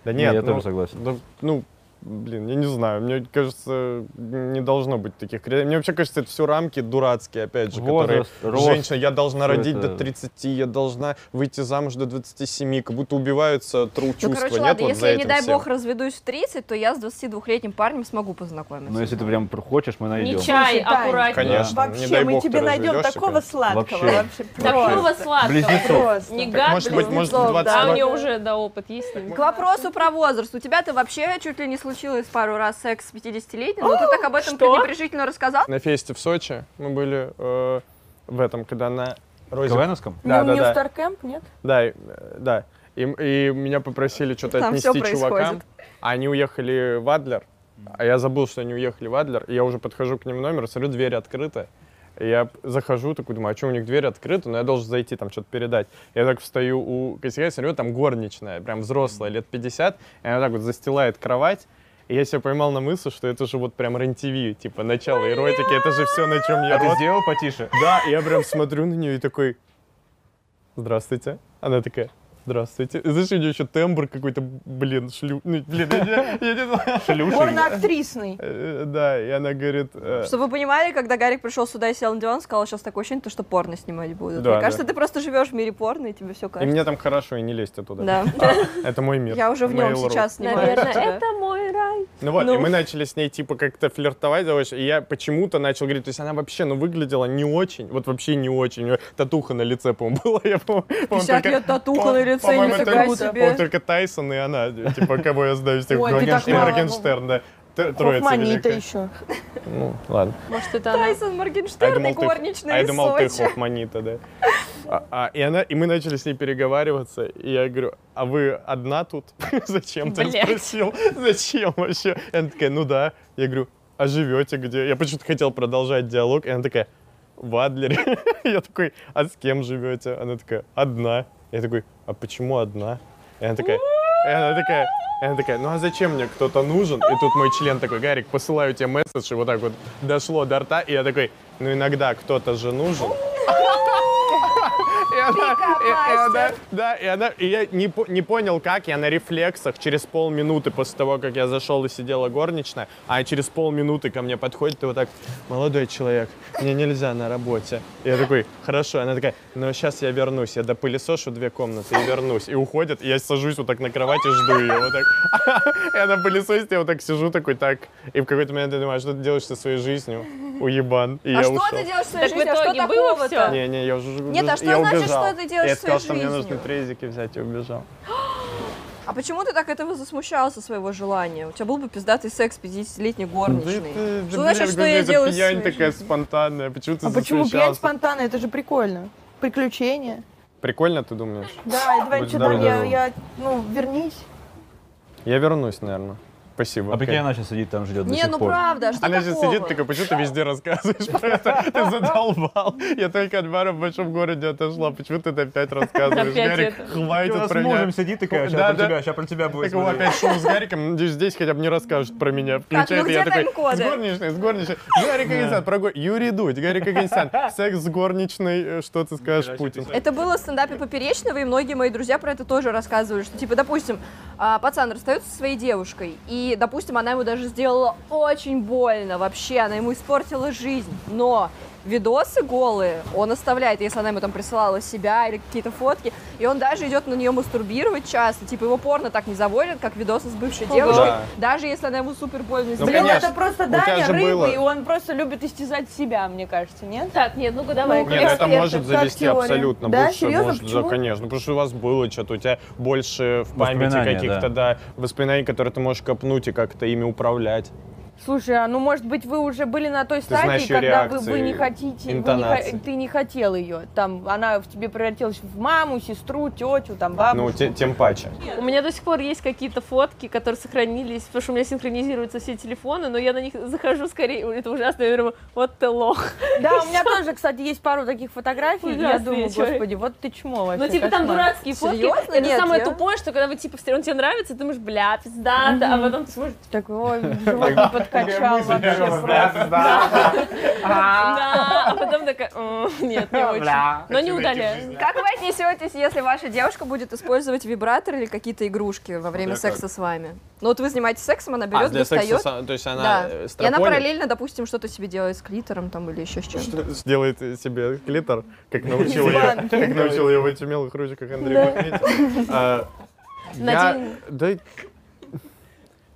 S3: Да
S4: Не,
S3: нет.
S4: я
S3: ну,
S4: тоже согласен.
S3: да, ну, блин, я не знаю. Мне кажется, не должно быть таких критерий. Мне вообще кажется, это все рамки дурацкие, опять же,
S4: Возраст,
S3: которые
S4: рост,
S3: женщина, я должна
S4: всё
S3: родить
S4: это.
S3: до 30, я должна выйти замуж до 27, как будто убиваются тру чувства.
S1: Ну, короче,
S3: нет,
S1: ладно,
S3: вот
S1: если
S3: за
S1: я, не
S3: этим
S1: дай
S3: всем?
S1: бог, разведусь в 30, то я с 22-летним парнем смогу познакомиться.
S3: Ну,
S4: Но ну, если ты прям хочешь, мы найдем.
S2: Не чай,
S5: Слушай, Тань,
S2: аккуратнее.
S3: Конечно.
S5: Вообще,
S3: не дай
S5: мы
S3: бог,
S5: тебе
S3: ты
S5: найдем
S3: разведёшься,
S5: такого
S3: конечно.
S5: сладкого.
S4: Вообще.
S5: Вообще.
S2: Такого сладкого.
S5: Просто.
S2: Не
S5: Просто.
S2: гад,
S3: Может быть, может,
S2: близнецов, Да,
S3: 22.
S2: у нее уже, да, опыт есть. с ним.
S1: К вопросу про возраст. У тебя-то вообще чуть ли не случилось пару раз секс с 50-летним, но ты так об этом
S2: что?
S1: пренебрежительно рассказал.
S3: На фесте в Сочи мы были э, в этом, когда на Розе...
S4: КВНовском?
S3: Да, да,
S5: Ну, не
S3: да.
S5: в Старкэмп, нет?
S3: Да, и, э, да. И, м- и меня попросили что-то
S1: Там
S3: отнести
S1: всё происходит.
S3: чувакам. А Они уехали в Адлер. А я забыл, что они уехали в Адлер. И я уже подхожу к ним в номер, смотрю, дверь открыта. И я п- захожу, такой думаю, а что у них дверь открыта, но я должен зайти там что-то передать. Я так встаю у косяка, смотрю, там горничная, прям взрослая, лет 50, и она так вот застилает кровать, И я себя поймал на мысли, что это же вот прям рен типа начало эротики, это же все, на чем я
S4: А ты
S3: рос.
S4: сделал потише?
S3: Да, и я прям смотрю на нее и такой, здравствуйте. Она такая, здравствуйте. И Знаешь, у нее еще тембр какой-то, блин, шлю... ну, Блин, я не- я не знаю.
S5: Порноактрисный.
S3: Э, Да, и она говорит... э,
S1: Чтобы вы понимали, когда Гарик пришел сюда и сел на диван, сказал, сейчас такое ощущение, то, что порно снимать будут.
S3: Да,
S1: Мне кажется,
S3: да.
S1: ты просто живешь в мире порно, и тебе все
S3: И
S1: кажется.
S3: мне там хорошо, и не лезьте туда.
S1: Да.
S3: Это мой мир.
S1: Я уже в нем
S3: Mail.ru.
S1: сейчас снимаю.
S2: Наверное,
S1: тебя.
S2: это мой рай.
S3: Ну вот, и мы начали с ней типа как-то флиртовать, давай, и я почему-то начал говорить, то есть она вообще, ну, выглядела не очень, вот вообще не очень, у нее татуха на лице, по-моему, была, я помню. помню,
S1: 50
S3: только-
S1: лет татуха
S3: по-
S1: на лице,
S3: по-моему,
S1: нифига
S3: только-
S1: себе.
S3: по-моему, только Тайсон и она, типа, кого я знаю, из тех
S5: Ой, ты так
S3: Моргенштерн,
S5: мало.
S3: Моргенштерн, да. Т- Троица
S5: Хофманита
S3: великая.
S5: еще.
S3: Ну, ладно.
S2: Может, это она?
S1: Тайсон,
S3: А я
S1: Моргенштерн и
S3: думал, ты- а
S1: горничная
S3: я
S1: из
S3: думал, ты
S1: Сочи.
S3: Хофманита, да. А- а, и, она, и мы начали с ней переговариваться, и я говорю, а вы одна тут? Зачем ты
S2: Блядь.
S3: спросил? Зачем вообще? И она такая, ну да. Я говорю, а живете где? Я почему-то хотел продолжать диалог, и она такая, в Адлере. я такой, а с кем живете? Она такая, одна. Я такой, а почему одна? И она такая, и она такая, и она такая, ну а зачем мне кто-то нужен? И тут мой член такой, Гарик, посылаю тебе месседж, и вот так вот дошло до рта, и я такой, ну иногда кто-то же нужен. И она- и- и она- Да, и она, и я не, по- не понял, как я на рефлексах через полминуты после того, как я зашел и сидела горничная, а через полминуты ко мне подходит и вот так, молодой человек, мне нельзя на работе. Я такой, хорошо, она такая, ну сейчас я вернусь, я допылесошу две комнаты и вернусь. И уходит, и я сажусь вот так на кровать и жду ее вот так. И она пылесосит, я вот так сижу такой так, и в какой-то момент я думаю, а что ты делаешь со своей жизнью, уебан, и
S1: А
S3: я
S1: что
S3: ушел.
S1: ты делаешь в своей
S2: Так в
S1: жизни? А что
S2: итоге было
S1: такого-то?
S2: всё?
S3: Не, не, я уже
S1: Нет, а что
S3: я
S1: значит,
S3: убежал.
S1: что ты делаешь
S3: Я
S1: со
S3: сказал,
S1: своей
S3: что мне нужно
S1: жизнью?
S3: трезики взять, и убежал.
S1: А почему ты так этого засмущался своего желания? У тебя был бы пиздатый секс 50-летней горничной.
S3: ты,
S1: Что значит, что я делаю с
S3: пьянь
S1: своей
S3: такая
S1: жизнью?
S3: спонтанная, почему ты
S5: А почему пьянь
S3: засмущался?
S5: спонтанно? Это же прикольно. Приключения.
S3: Прикольно, ты думаешь?
S5: Да, и давай,
S3: Будь
S5: что там,
S3: здоров.
S5: я, я, ну, вернись.
S3: Я вернусь, наверное. Спасибо.
S4: А прикинь, она сейчас сидит там, ждет до
S1: Не,
S4: сих
S1: ну
S4: пор.
S1: правда, а что
S3: Она сейчас
S1: такого?
S3: сидит такая, почему ты везде рассказываешь про это? Ты задолбал. Я только от бара в большом городе отошла. Почему ты это опять рассказываешь?
S2: Опять
S3: Гарик,
S2: это.
S4: И
S3: хватит
S4: она с
S3: про меня.
S4: мужем сидит
S3: Да,
S4: такая, сейчас про
S3: да.
S4: тебя, сейчас про тебя будет.
S3: Так его
S4: смотри».
S3: опять шоу с Гариком, надеюсь, здесь хотя бы не расскажут про меня. Включает,
S1: ну
S3: и я
S1: где
S3: такой,
S1: тайм-коды?
S3: С горничной, с горничной. Гарик Агенсян, про го- Юрий Дудь, Гарик Агенсян, секс с горничной, э, что ты скажешь, Путин?
S1: Это было в стендапе Поперечного, и многие мои друзья про это тоже рассказывали, что, типа, допустим, а, пацан расстается со своей девушкой, и, допустим, она ему даже сделала очень больно вообще, она ему испортила жизнь, но видосы голые он оставляет, если она ему там присылала себя или какие-то фотки, и он даже идет на нее мастурбировать часто, типа, его порно так не заводят, как видосы с бывшей девушкой,
S3: Да.
S1: даже если она ему супер больно
S3: Ну,
S1: сделала.
S5: Блин,
S3: конечно.
S5: это просто
S3: У тебя
S5: Даня
S3: же
S5: рыба,
S3: было.
S5: и он просто любит истязать себя, мне кажется, нет?
S2: Так, нет, ну-ка давай.
S5: Ну-ка.
S3: Нет, это
S5: эксперты,
S3: может
S5: как
S3: завести
S5: теория.
S3: абсолютно.
S5: Да?
S3: больше,
S5: Серьезно?
S3: может, да,
S5: Почему?
S3: конечно. Потому что у вас было что-то, у тебя больше в памяти
S4: Воспоминания,
S3: каких-то, да. воспоминаний, которые ты можешь копнуть и как-то ими управлять.
S5: Слушай, а ну может быть вы уже были на той стадии,
S3: знаешь её
S5: когда вы,
S3: реакции,
S5: вы не хотите, вы не хо-
S3: интонации.
S5: ты не хотел ее. Там она в тебе превратилась в маму, сестру, тетю, там бабушку.
S3: Ну, те- тем паче.
S2: У меня до сих пор есть какие-то фотки, которые сохранились, потому что у меня синхронизируются все телефоны, но я на них захожу скорее, ой, это ужасно, я говорю, вот ты лох.
S5: Да, у меня тоже, кстати, есть пару таких фотографий. Я
S2: Ужасный
S5: думаю,
S2: человек.
S5: господи, вот ты чмо вообще.
S2: Ну, типа, там
S5: кошмар.
S2: дурацкие фотки.
S1: Серьезно?
S2: Это
S1: Нет,
S2: самое
S1: я-
S2: тупое, что когда вы, типа, все равно тебе нравится, ты думаешь, бля, пиздата, а потом ты смотришь,
S5: Такой, ой, живот не подкачал вообще. просто.
S2: да, а потом такая, «М, нет, не очень. Но не удаляю.
S1: Как вы отнесетесь, если ваша девушка будет использовать вибратор или какие-то игрушки во время
S3: как?
S1: секса с вами? Ну вот вы занимаетесь сексом, она
S3: А
S1: берет, достает.
S3: то есть э,
S1: да. И она параллельно, допустим, что-то себе делает с клитором там или еще с чем-то.
S3: Сделает себе клитор, как научил ее, как научил ее в очумелых ручках Андрей Бахметьев. А, я- Да, и-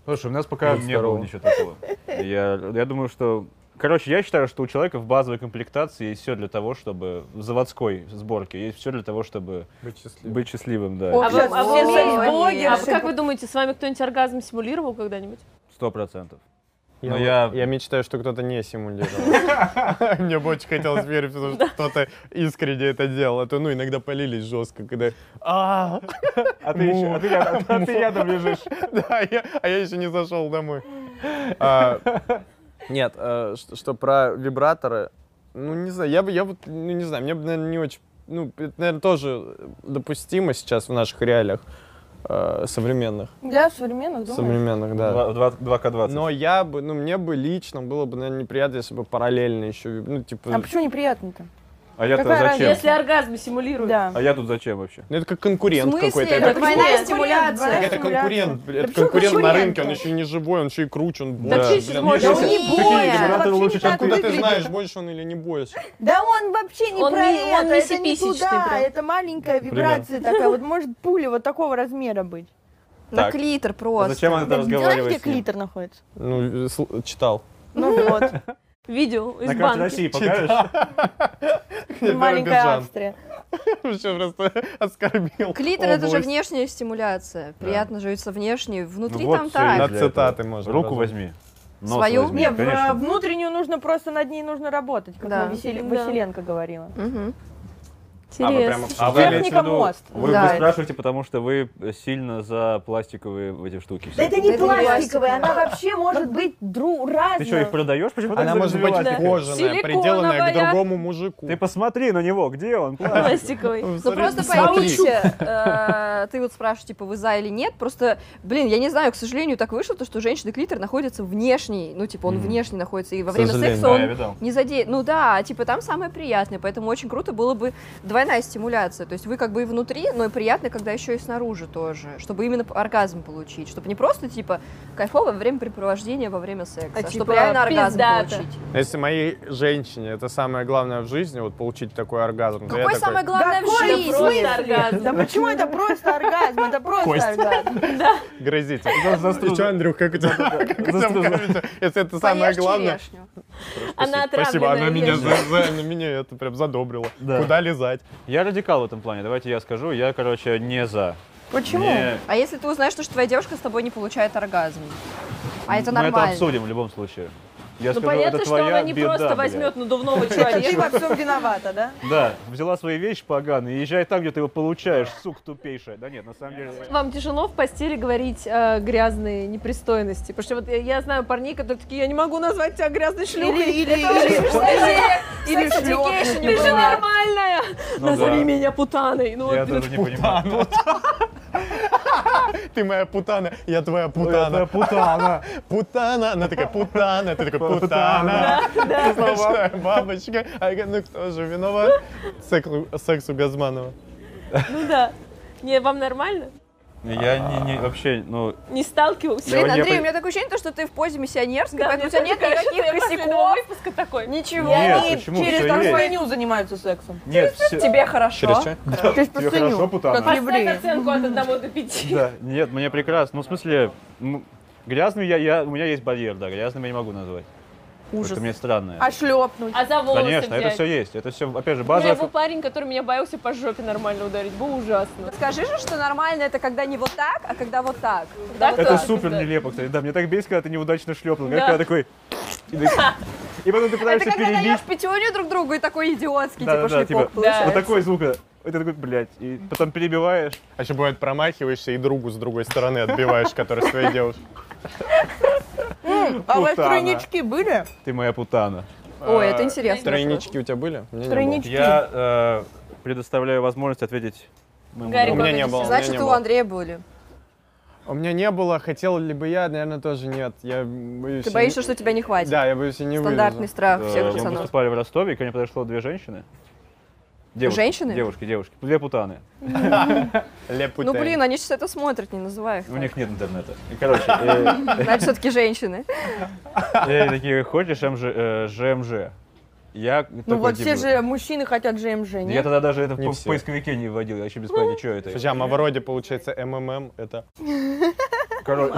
S4: Слушай, у нас пока
S3: Будь
S4: не было
S3: здорова.
S4: ничего такого. Я, я думаю, что... Короче, я считаю, что у человека в базовой комплектации есть все для того, чтобы... В заводской сборке есть все для того, чтобы быть счастливым,
S5: О,
S4: да.
S2: А вы- а вы-
S5: Сейчас
S2: а
S5: блогеры.
S2: вы- а как вы думаете, с вами кто-нибудь оргазм симулировал когда-нибудь?
S4: Сто процентов.
S3: Я,
S4: Но я-
S3: я мечтаю, что кто-то не симулировал. Мне бы очень хотелось верить, потому что кто-то искренне это делал. А то, ну, иногда полились жестко, когда... «А,
S4: А
S3: ты еще- а ты
S4: рядом, лежишь.
S3: Да, я- а я еще не зашел домой. А, Нет, э, что что про вибраторы, ну, не знаю, я бы, я вот, ну, не знаю, мне бы, наверное, не очень... Ну, это, наверное, тоже допустимо сейчас в наших реалиях. э, современных.
S5: Для современных, думаю.
S3: Современных, да.
S4: Два- два- 2К20.
S3: Но я бы, ну, мне бы лично было бы, наверное, неприятно, если бы параллельно еще, ну, типа...
S5: А почему неприятно-то?
S4: а я-то
S5: какая
S4: зачем?
S5: разница?
S2: Если оргазм симулирует.
S5: Да.
S4: А я тут зачем вообще?
S3: Ну, это как
S1: В
S3: конкурент
S1: смысле?
S3: какой-то.
S1: Это
S3: Это,
S1: двойная
S5: конкурент,
S1: стимуляция.
S5: двойная.
S3: это
S5: стимулятор.
S3: конкурент, блядь,
S5: почему
S3: конкурент на
S5: конкурент?
S3: рынке, он еще не живой, он еще и круче, он
S2: Так
S3: больше,
S2: ты
S3: блин.
S2: сможешь-
S3: Если-
S5: Да он не
S3: какие
S5: боя,
S3: игры
S5: вообще
S3: ты лучше,
S5: не так
S3: откуда ты
S5: выглядит.
S3: знаешь, больше он или не бойся?
S5: Да он вообще не
S2: Он
S5: про
S2: не- он
S5: это,
S2: не
S5: это не
S2: сиписечный
S5: туда,
S2: прям.
S5: это маленькая вибрация такая, вот может пуля вот такого размера быть.
S1: На
S4: Так.
S1: клитор
S4: А
S1: просто.
S4: Зачем она это
S5: Да Знаешь, где
S4: разговаривает? с ним?
S5: клитор находится?
S3: Ну, сл- читал.
S5: Ну вот,
S2: Видео из
S4: На карте
S2: банки.
S4: России покажешь?
S5: маленькая
S3: Биробиджан.
S5: Австрия.
S3: Вообще просто оскорбил.
S1: Клитор это же
S3: область.
S1: внешняя стимуляция. Приятно живется внешне, внутри
S4: Ну вот
S1: там
S4: всё,
S1: так.
S3: На
S4: Для этого.
S3: цитаты можно.
S4: Руку
S3: даже.
S4: возьми. Нос
S1: Свою?
S4: возьми,
S5: Не, в- э,
S4: конечно.
S5: внутреннюю нужно просто, над ней нужно работать, как
S1: Да.
S5: нам Васили-
S2: Да.
S5: Василенко говорила.
S1: Мгм.
S2: Интересно.
S4: А
S5: вы
S4: имеете в
S5: Техника
S4: виду-
S5: мост.
S4: Вы, вы
S1: Да.
S4: спрашиваете, потому что вы сильно за пластиковые эти штуки. все.
S5: Да это не
S1: Это не
S5: пластиковая,
S1: пластиковая.
S5: она вообще может быть дру-
S4: Ты что, их
S5: разная.
S4: продаешь? Почему
S3: Она
S4: так
S3: может быть
S4: развиваешь?
S3: кожаная, приделанная к
S2: Силиконовая.
S3: другому мужику.
S4: Ты посмотри на него, где он? Пластик.
S2: Пластиковый.
S1: Ну просто поймите, э, ты вот спрашиваешь, типа, вы за или нет, просто, блин, я не знаю, к сожалению, так вышло, то, что женщины клитор находится внешний, ну, типа, он
S4: Мгм.
S1: внешне находится, и во
S3: К
S1: время
S3: сожалению.
S1: секса
S4: Да, А, я
S1: он
S4: видал.
S1: не заде... Ну да, типа, там самое приятное, поэтому очень круто было бы двойная стимуляция, то есть вы как бы и внутри, но и приятно, когда еще и снаружи тоже, чтобы именно оргазм получить, чтобы не просто, типа, кайфовое времяпрепровождение во время секса,
S2: А,
S1: а
S2: типа,
S1: чтобы реально оргазм
S2: пиздато.
S1: получить.
S3: Если моей женщине это самое главное в жизни, вот получить такой оргазм, то
S1: Какое
S3: я такой,
S1: самое главное в
S5: Какой
S1: жизни?
S2: Просто оргазм.
S5: Да почему это просто оргазм, это
S3: Кость.
S5: просто оргазм.
S3: грызите.
S4: застру-
S3: И что, Андрюх, как у тебя? как у тебя
S4: застру-
S3: в голове? Если это самое
S1: Поешь
S3: главное.
S1: черешню.
S2: Она отравленная
S3: Спасибо, она меня,
S2: вежливо.
S3: за- за- она меня это прям задобрила.
S4: Да.
S3: Куда лизать?
S4: Я радикал в этом плане, давайте я скажу. Я, короче, не за.
S5: Почему?
S4: Мне-
S1: А если ты узнаешь, то, что твоя девушка с тобой не получает оргазм? А это
S4: Мы Ну, это
S1: нормально.
S4: обсудим в любом случае. Я
S2: Ну
S4: скажу, это
S2: понятно, что
S4: твоя
S2: она не
S4: беда,
S2: просто
S4: блядь.
S2: возьмет надувного
S5: Это ты
S2: человека.
S5: во всем виновата, да?
S4: Да, взяла свои вещи поганые, езжай там, где ты его получаешь, сука тупейшая. Да нет, на самом деле...
S2: Вам тяжело в постели говорить э, грязные непристойности? Потому что вот я- я знаю парней, которые такие, я не могу назвать тебя грязной шлюхой.
S5: Или, или, или, или шлёпнуть,
S2: Ты же
S5: например.
S2: нормальная!
S4: Ну
S2: Назови
S4: да.
S2: меня путаной. Ну,
S4: Я
S2: вот,
S4: тоже не понимаю.
S3: Ты моя путана, я твоя
S4: Это
S3: путана.
S4: путана.
S3: Путана, она такая путана, ты такой путана.
S4: Путана.
S3: Большая бабочка. А я говорю, ну кто же виноват? Секлу- Сексу Газманова.
S2: ну да. Не, вам нормально?
S4: Я не, не- вообще, ну,
S2: Не сталкивался?
S1: Блин,
S4: Я
S1: Андрей,
S4: пони-
S1: у меня такое ощущение, то, что ты в позе миссионерской,
S2: Да,
S1: поэтому у
S2: мне
S1: тебя нет
S2: тоже кажется,
S1: никаких
S2: я после
S1: косяков.
S2: нового выпуска такой.
S1: Ничего.
S4: Нет,
S5: Они
S4: почему?
S5: через
S4: Всё
S5: простыню занимаются сексом.
S4: нет, все...
S1: Тебе хорошо.
S3: что?
S5: Через
S4: тебе хорошо,
S5: простыню.
S4: путана?
S5: Как
S2: Поставь
S5: евреи.
S2: оценку от 1 до 5.
S4: Да, нет, мне прекрасно. Ну, в смысле, м, грязную я, я, у меня есть барьер, да, грязным я не могу назвать. Ужас. Это мне странно.
S5: А шлепнуть.
S2: А за волосы
S4: Конечно, это
S2: взять?
S4: все есть. Это все, опять же,
S2: У меня был
S4: база.
S2: парень, который меня боялся по жопе нормально ударить. Было ужасно.
S1: Скажи же, что нормально это когда не вот так, а когда вот так.
S2: Да,
S4: Это
S2: да,
S4: супер
S2: да.
S4: нелепо, кстати. Да, мне так бесит, когда ты неудачно шлепнул.
S2: Да.
S4: Когда такой... и ты- И потом ты
S1: Это
S4: пытаешься
S1: когда даешь
S4: перебить.
S1: пятюню друг другу и такой идиотский, типа,
S4: Да, да, да,
S1: шлепок
S4: типа,
S1: получается.
S4: вот такой звук. да. И ты такой, блядь, и потом перебиваешь.
S3: А еще бывает промахиваешься и другу с другой стороны отбиваешь, который с твоей девушкой.
S5: А у вас
S4: Путана.
S5: тройнички были?
S4: Ты моя путана.
S1: Ой, это
S3: А,
S1: интересно.
S3: Тройнички у тебя были? У меня не было.
S5: Тройнички.
S4: Я э, предоставляю возможность ответить моему
S2: Гарик,
S3: Ну, У меня не
S4: другу.
S3: было. у меня
S1: Значит,
S3: не
S1: у
S3: было.
S1: Андрея были.
S3: У меня не было, хотел ли бы я, наверное, тоже нет. Я боюсь...
S1: Ты
S3: я
S1: боишься,
S3: не-
S1: что тебя не хватит?
S3: Да, я боюсь, я не
S1: Стандартный
S3: вылезу.
S1: страх
S4: Э,
S1: всех
S4: Мы
S1: пацанов.
S4: выступали в Ростове, и ко мне подошло две женщины. Девушки,
S1: Женщины?
S4: Девушки, девушки. Две путаны.
S1: Ну,
S3: Лепутей.
S1: блин, они сейчас это смотрят, не называй их
S4: У
S1: так.
S4: них нет интернета. И, короче, э,
S1: Значит, все-таки женщины.
S4: э, такие, хочешь МЖ, э, ЖМЖ? Я
S5: Ну
S4: такой,
S5: вот
S4: типа,
S5: все же мужчины хотят ЖМЖ,
S4: Я
S5: нет?
S4: тогда даже это
S3: Не
S4: в
S3: все.
S4: поисковике не вводил, я вообще без
S5: Ну,
S4: понятия, что это.
S3: Подожди, а Мавроди, получается, МММ, это...
S4: Короче,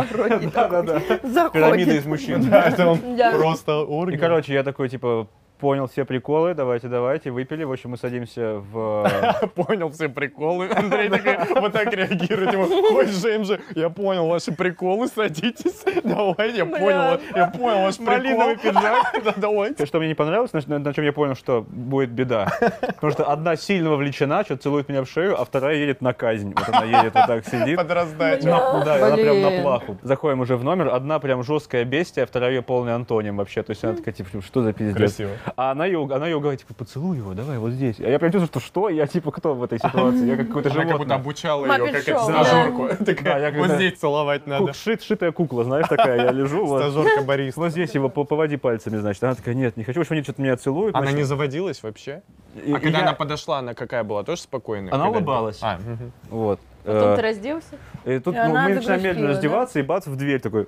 S4: да-да-да. Пирамида
S5: ну, Заходит.
S4: из мужчин.
S3: Это он просто
S4: И,
S3: оргия.
S4: короче, я такой, типа, понял все приколы, давайте, давайте, выпили. В общем, мы садимся в... э,
S3: понял типа, все приколы. Андрей такой, вот так реагирует. Ему, ой, же, я понял ваши приколы, садитесь. Давай, я понял, я понял ваш прикол.
S4: Малиновый
S3: пиджак. Да, давайте.
S4: э, Что мне не понравилось, на, на- на чем я понял, что будет беда. Потому что одна сильно вовлечена, что целует меня в шею, а вторая едет на казнь. Вот она едет вот так сидит.
S3: Под раздачу.
S4: Нахуй, да, и она прям на
S1: Блин.
S4: плаху. Заходим уже в номер, одна прям жесткая бестия, а вторая полный антоним вообще. То есть она такая, типа, что за пиздец.
S3: Красиво.
S4: А она ее, она ее говорит, типа, поцелуй его, давай, вот здесь. А я прям чувствую, что что? Я, типа, кто в этой ситуации? Я как какой-то
S3: Она как будто
S4: животное.
S3: обучала
S5: Маппет
S3: ее, как
S5: Шоу,
S3: это
S5: да.
S3: стажерку.
S4: Да, я
S3: Такая, вот
S4: когда-
S3: здесь целовать
S4: Кук-
S3: надо.
S4: шит- шитая кукла, знаешь, такая, я лежу, вот.
S3: Стажерка Борис.
S4: Ну, здесь его по- поводи пальцами, значит. Она такая, нет, не хочу, почему они что-то меня целуют.
S3: Она
S4: значит.
S3: не заводилась вообще?
S4: И-
S3: А
S4: и
S3: когда
S4: я-
S3: она подошла, она какая была? Тоже спокойная?
S4: Она
S3: когда-нибудь?
S4: улыбалась.
S3: А, мгм.
S4: Вот.
S2: Потом
S4: Э,
S2: ты разделся.
S4: И тут
S5: А И
S4: ну,
S5: она
S4: мы начинаем
S5: загрустила,
S4: медленно
S5: да?
S4: раздеваться, и бац, в дверь такой.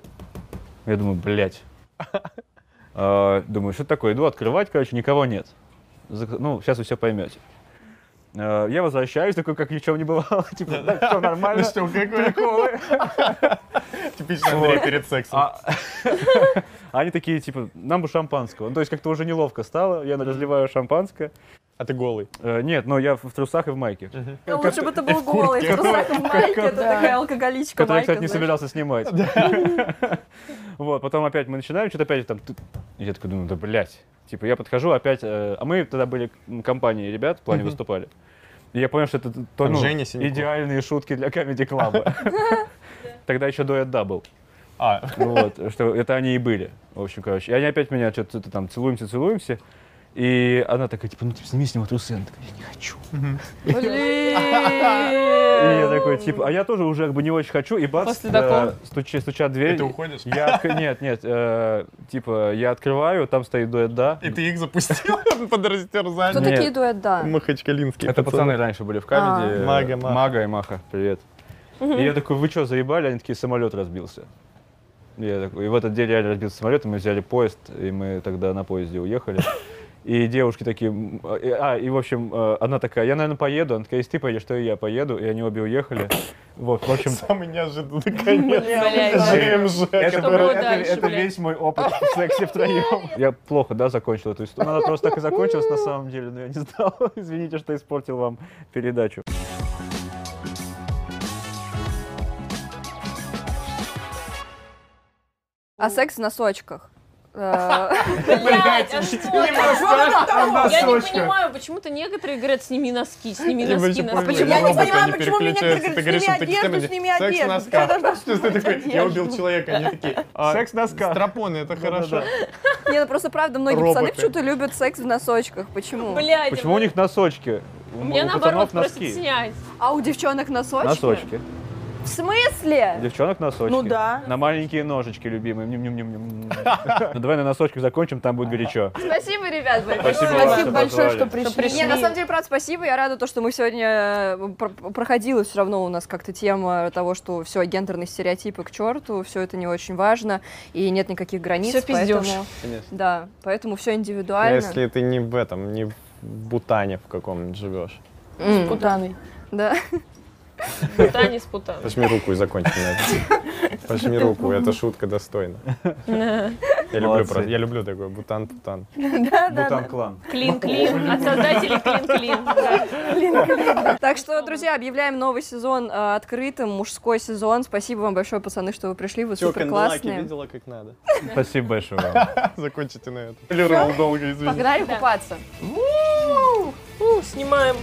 S4: Я думаю, блядь. А, Думаю, что это такое? Иду открывать, короче, никого нет. Зак- Ну, сейчас вы все поймете. А, Я возвращаюсь, такой, как ни в чем не бывало. Типа, так, все нормально.
S3: что, какой
S4: приколы.
S3: типичный Андрей перед сексом.
S4: А они такие, типа, нам бы шампанского. Ну, то есть как-то уже неловко стало, я разливаю шампанское.
S3: А ты голый.
S4: Э, Нет, но я в в трусах и в майке,
S1: Ну, лучше бы ты был голый, в трусах и в майке, это такая алкоголичка
S4: который я,
S1: майка,
S4: кстати, не
S1: знаешь.
S4: собирался снимать. Вот, потом опять мы начинаем, что-то опять там... ты- и Я такой думаю, да блядь. Типа я подхожу опять... э, А мы тогда были м, компанией ребят, в плане выступали. И я понял, что это то,
S3: Там
S4: ну,
S3: Женя Синяков.
S4: идеальные шутки для камеди-клаба. Тогда еще дуэт дабл.
S3: А,
S4: Ну Вот, что это они и были. В общем, короче. И они опять меня что-то там целуемся, целуемся. И она такая, типа, ну, типа, сними с него трусы. Она такая, я не хочу. И
S3: Эм.
S4: я такой, типа, а я тоже уже как бы не очень хочу. И бац,
S2: После
S4: э,
S2: такого.
S4: стучи- стучат дверь.
S3: ты уходишь?
S4: Я отк- Нет, нет, э, типа, я открываю, там стоит дуэт, да.
S3: И ты их запустил под
S1: Кто
S4: Нет.
S3: растерзание?
S1: такие дуэт, да.
S3: Махачкалинские
S4: Это пацаны раньше были в камеди. э,
S3: А. Мага, Маха.
S4: Мага и Маха, привет. И я такой, вы что, заебали? Они такие, самолет разбился. И, я такой, и в этот день реально разбился самолет, и мы взяли поезд, и мы тогда на поезде уехали. И девушки такие, м, а, и- а, и в общем, э, одна такая, я, наверное, поеду. Она такая, если ты поедешь, то и я поеду. И они обе уехали. Вот, в общем,
S3: Самый неожиданный конец. ЖМЖ.
S4: это,
S2: Что
S4: был-
S2: было
S4: это-
S2: дальше,
S4: это
S2: блядь?
S4: весь мой опыт в сексе втроем. Я плохо, да, закончил эту историю. Она просто так и закончилась на самом деле, но я не знал. Извините, что испортил вам передачу.
S1: А секс в носочках? Э,
S2: Блядь, а что это? Я не
S4: носочках.
S2: понимаю, почему-то некоторые говорят, сними носки, сними
S3: И вы
S2: носки,
S3: еще
S2: носки.
S3: поняли,
S5: Я не
S3: роботы,
S5: понимаю,
S3: они
S5: почему меня
S3: переключаются.
S5: говорят,
S3: Ты говоришь,
S5: «Сними
S3: что ты
S5: одежду,
S3: кем-
S5: сними
S3: секс
S5: одежду».
S3: носка.
S5: Я должна
S3: Что ж ты такой? Я убил человека, они такие. а,
S4: Секс носка.
S3: Стропоны, это хорошо.
S1: Не, ну просто правда, многие пацаны
S3: Роботы.
S1: почему-то любят секс в носочках. Почему?
S2: Блядь,
S4: Почему у них носочки? У
S2: Мне
S4: у
S2: наоборот
S4: пацанов
S2: просят
S4: носки.
S2: снять.
S1: А у девчонок носочки?
S4: Носочки.
S1: В смысле?
S4: Девчонок носочки.
S5: Ну да.
S4: На маленькие ножички, любимые. Ням-ням-ням-ням. Ну, давай на носочках закончим, там будет горячо.
S1: Спасибо, ребят, большое.
S5: Спасибо большое, что
S4: позвали.
S5: пришли.
S1: Не, на самом деле, правда, спасибо. Я рада, то, что мы сегодня э, про- проходила все равно у нас как-то тема того, что все гендерные стереотипы к черту, все это не очень важно, и нет никаких границ.
S2: Всё пиздёж.
S1: поэтому-
S3: Конечно.
S1: Да, поэтому все индивидуально.
S3: Если ты не в этом, не в Бутане в каком живешь.
S1: М,
S5: Путаный.
S1: Да.
S2: Путани с путан.
S3: Пожми руку и закончи на этом. Пожми руку, это шутка достойна. Я люблю,
S4: Молодцы.
S3: про- я люблю такое, Бутан-Бутан.
S4: Бутан клан.
S2: Клин-клин, от создателей клин-клин. да.
S1: Так что, друзья, объявляем новый сезон э, открытым, мужской сезон. Спасибо вам большое, пацаны, что вы пришли. Вы
S3: Все,
S1: супер классные.
S3: видела, как надо.
S4: Спасибо большое вам.
S3: Закончите на этом. Плюрал долго, извините.
S1: Погнали купаться.
S2: У, Снимаем.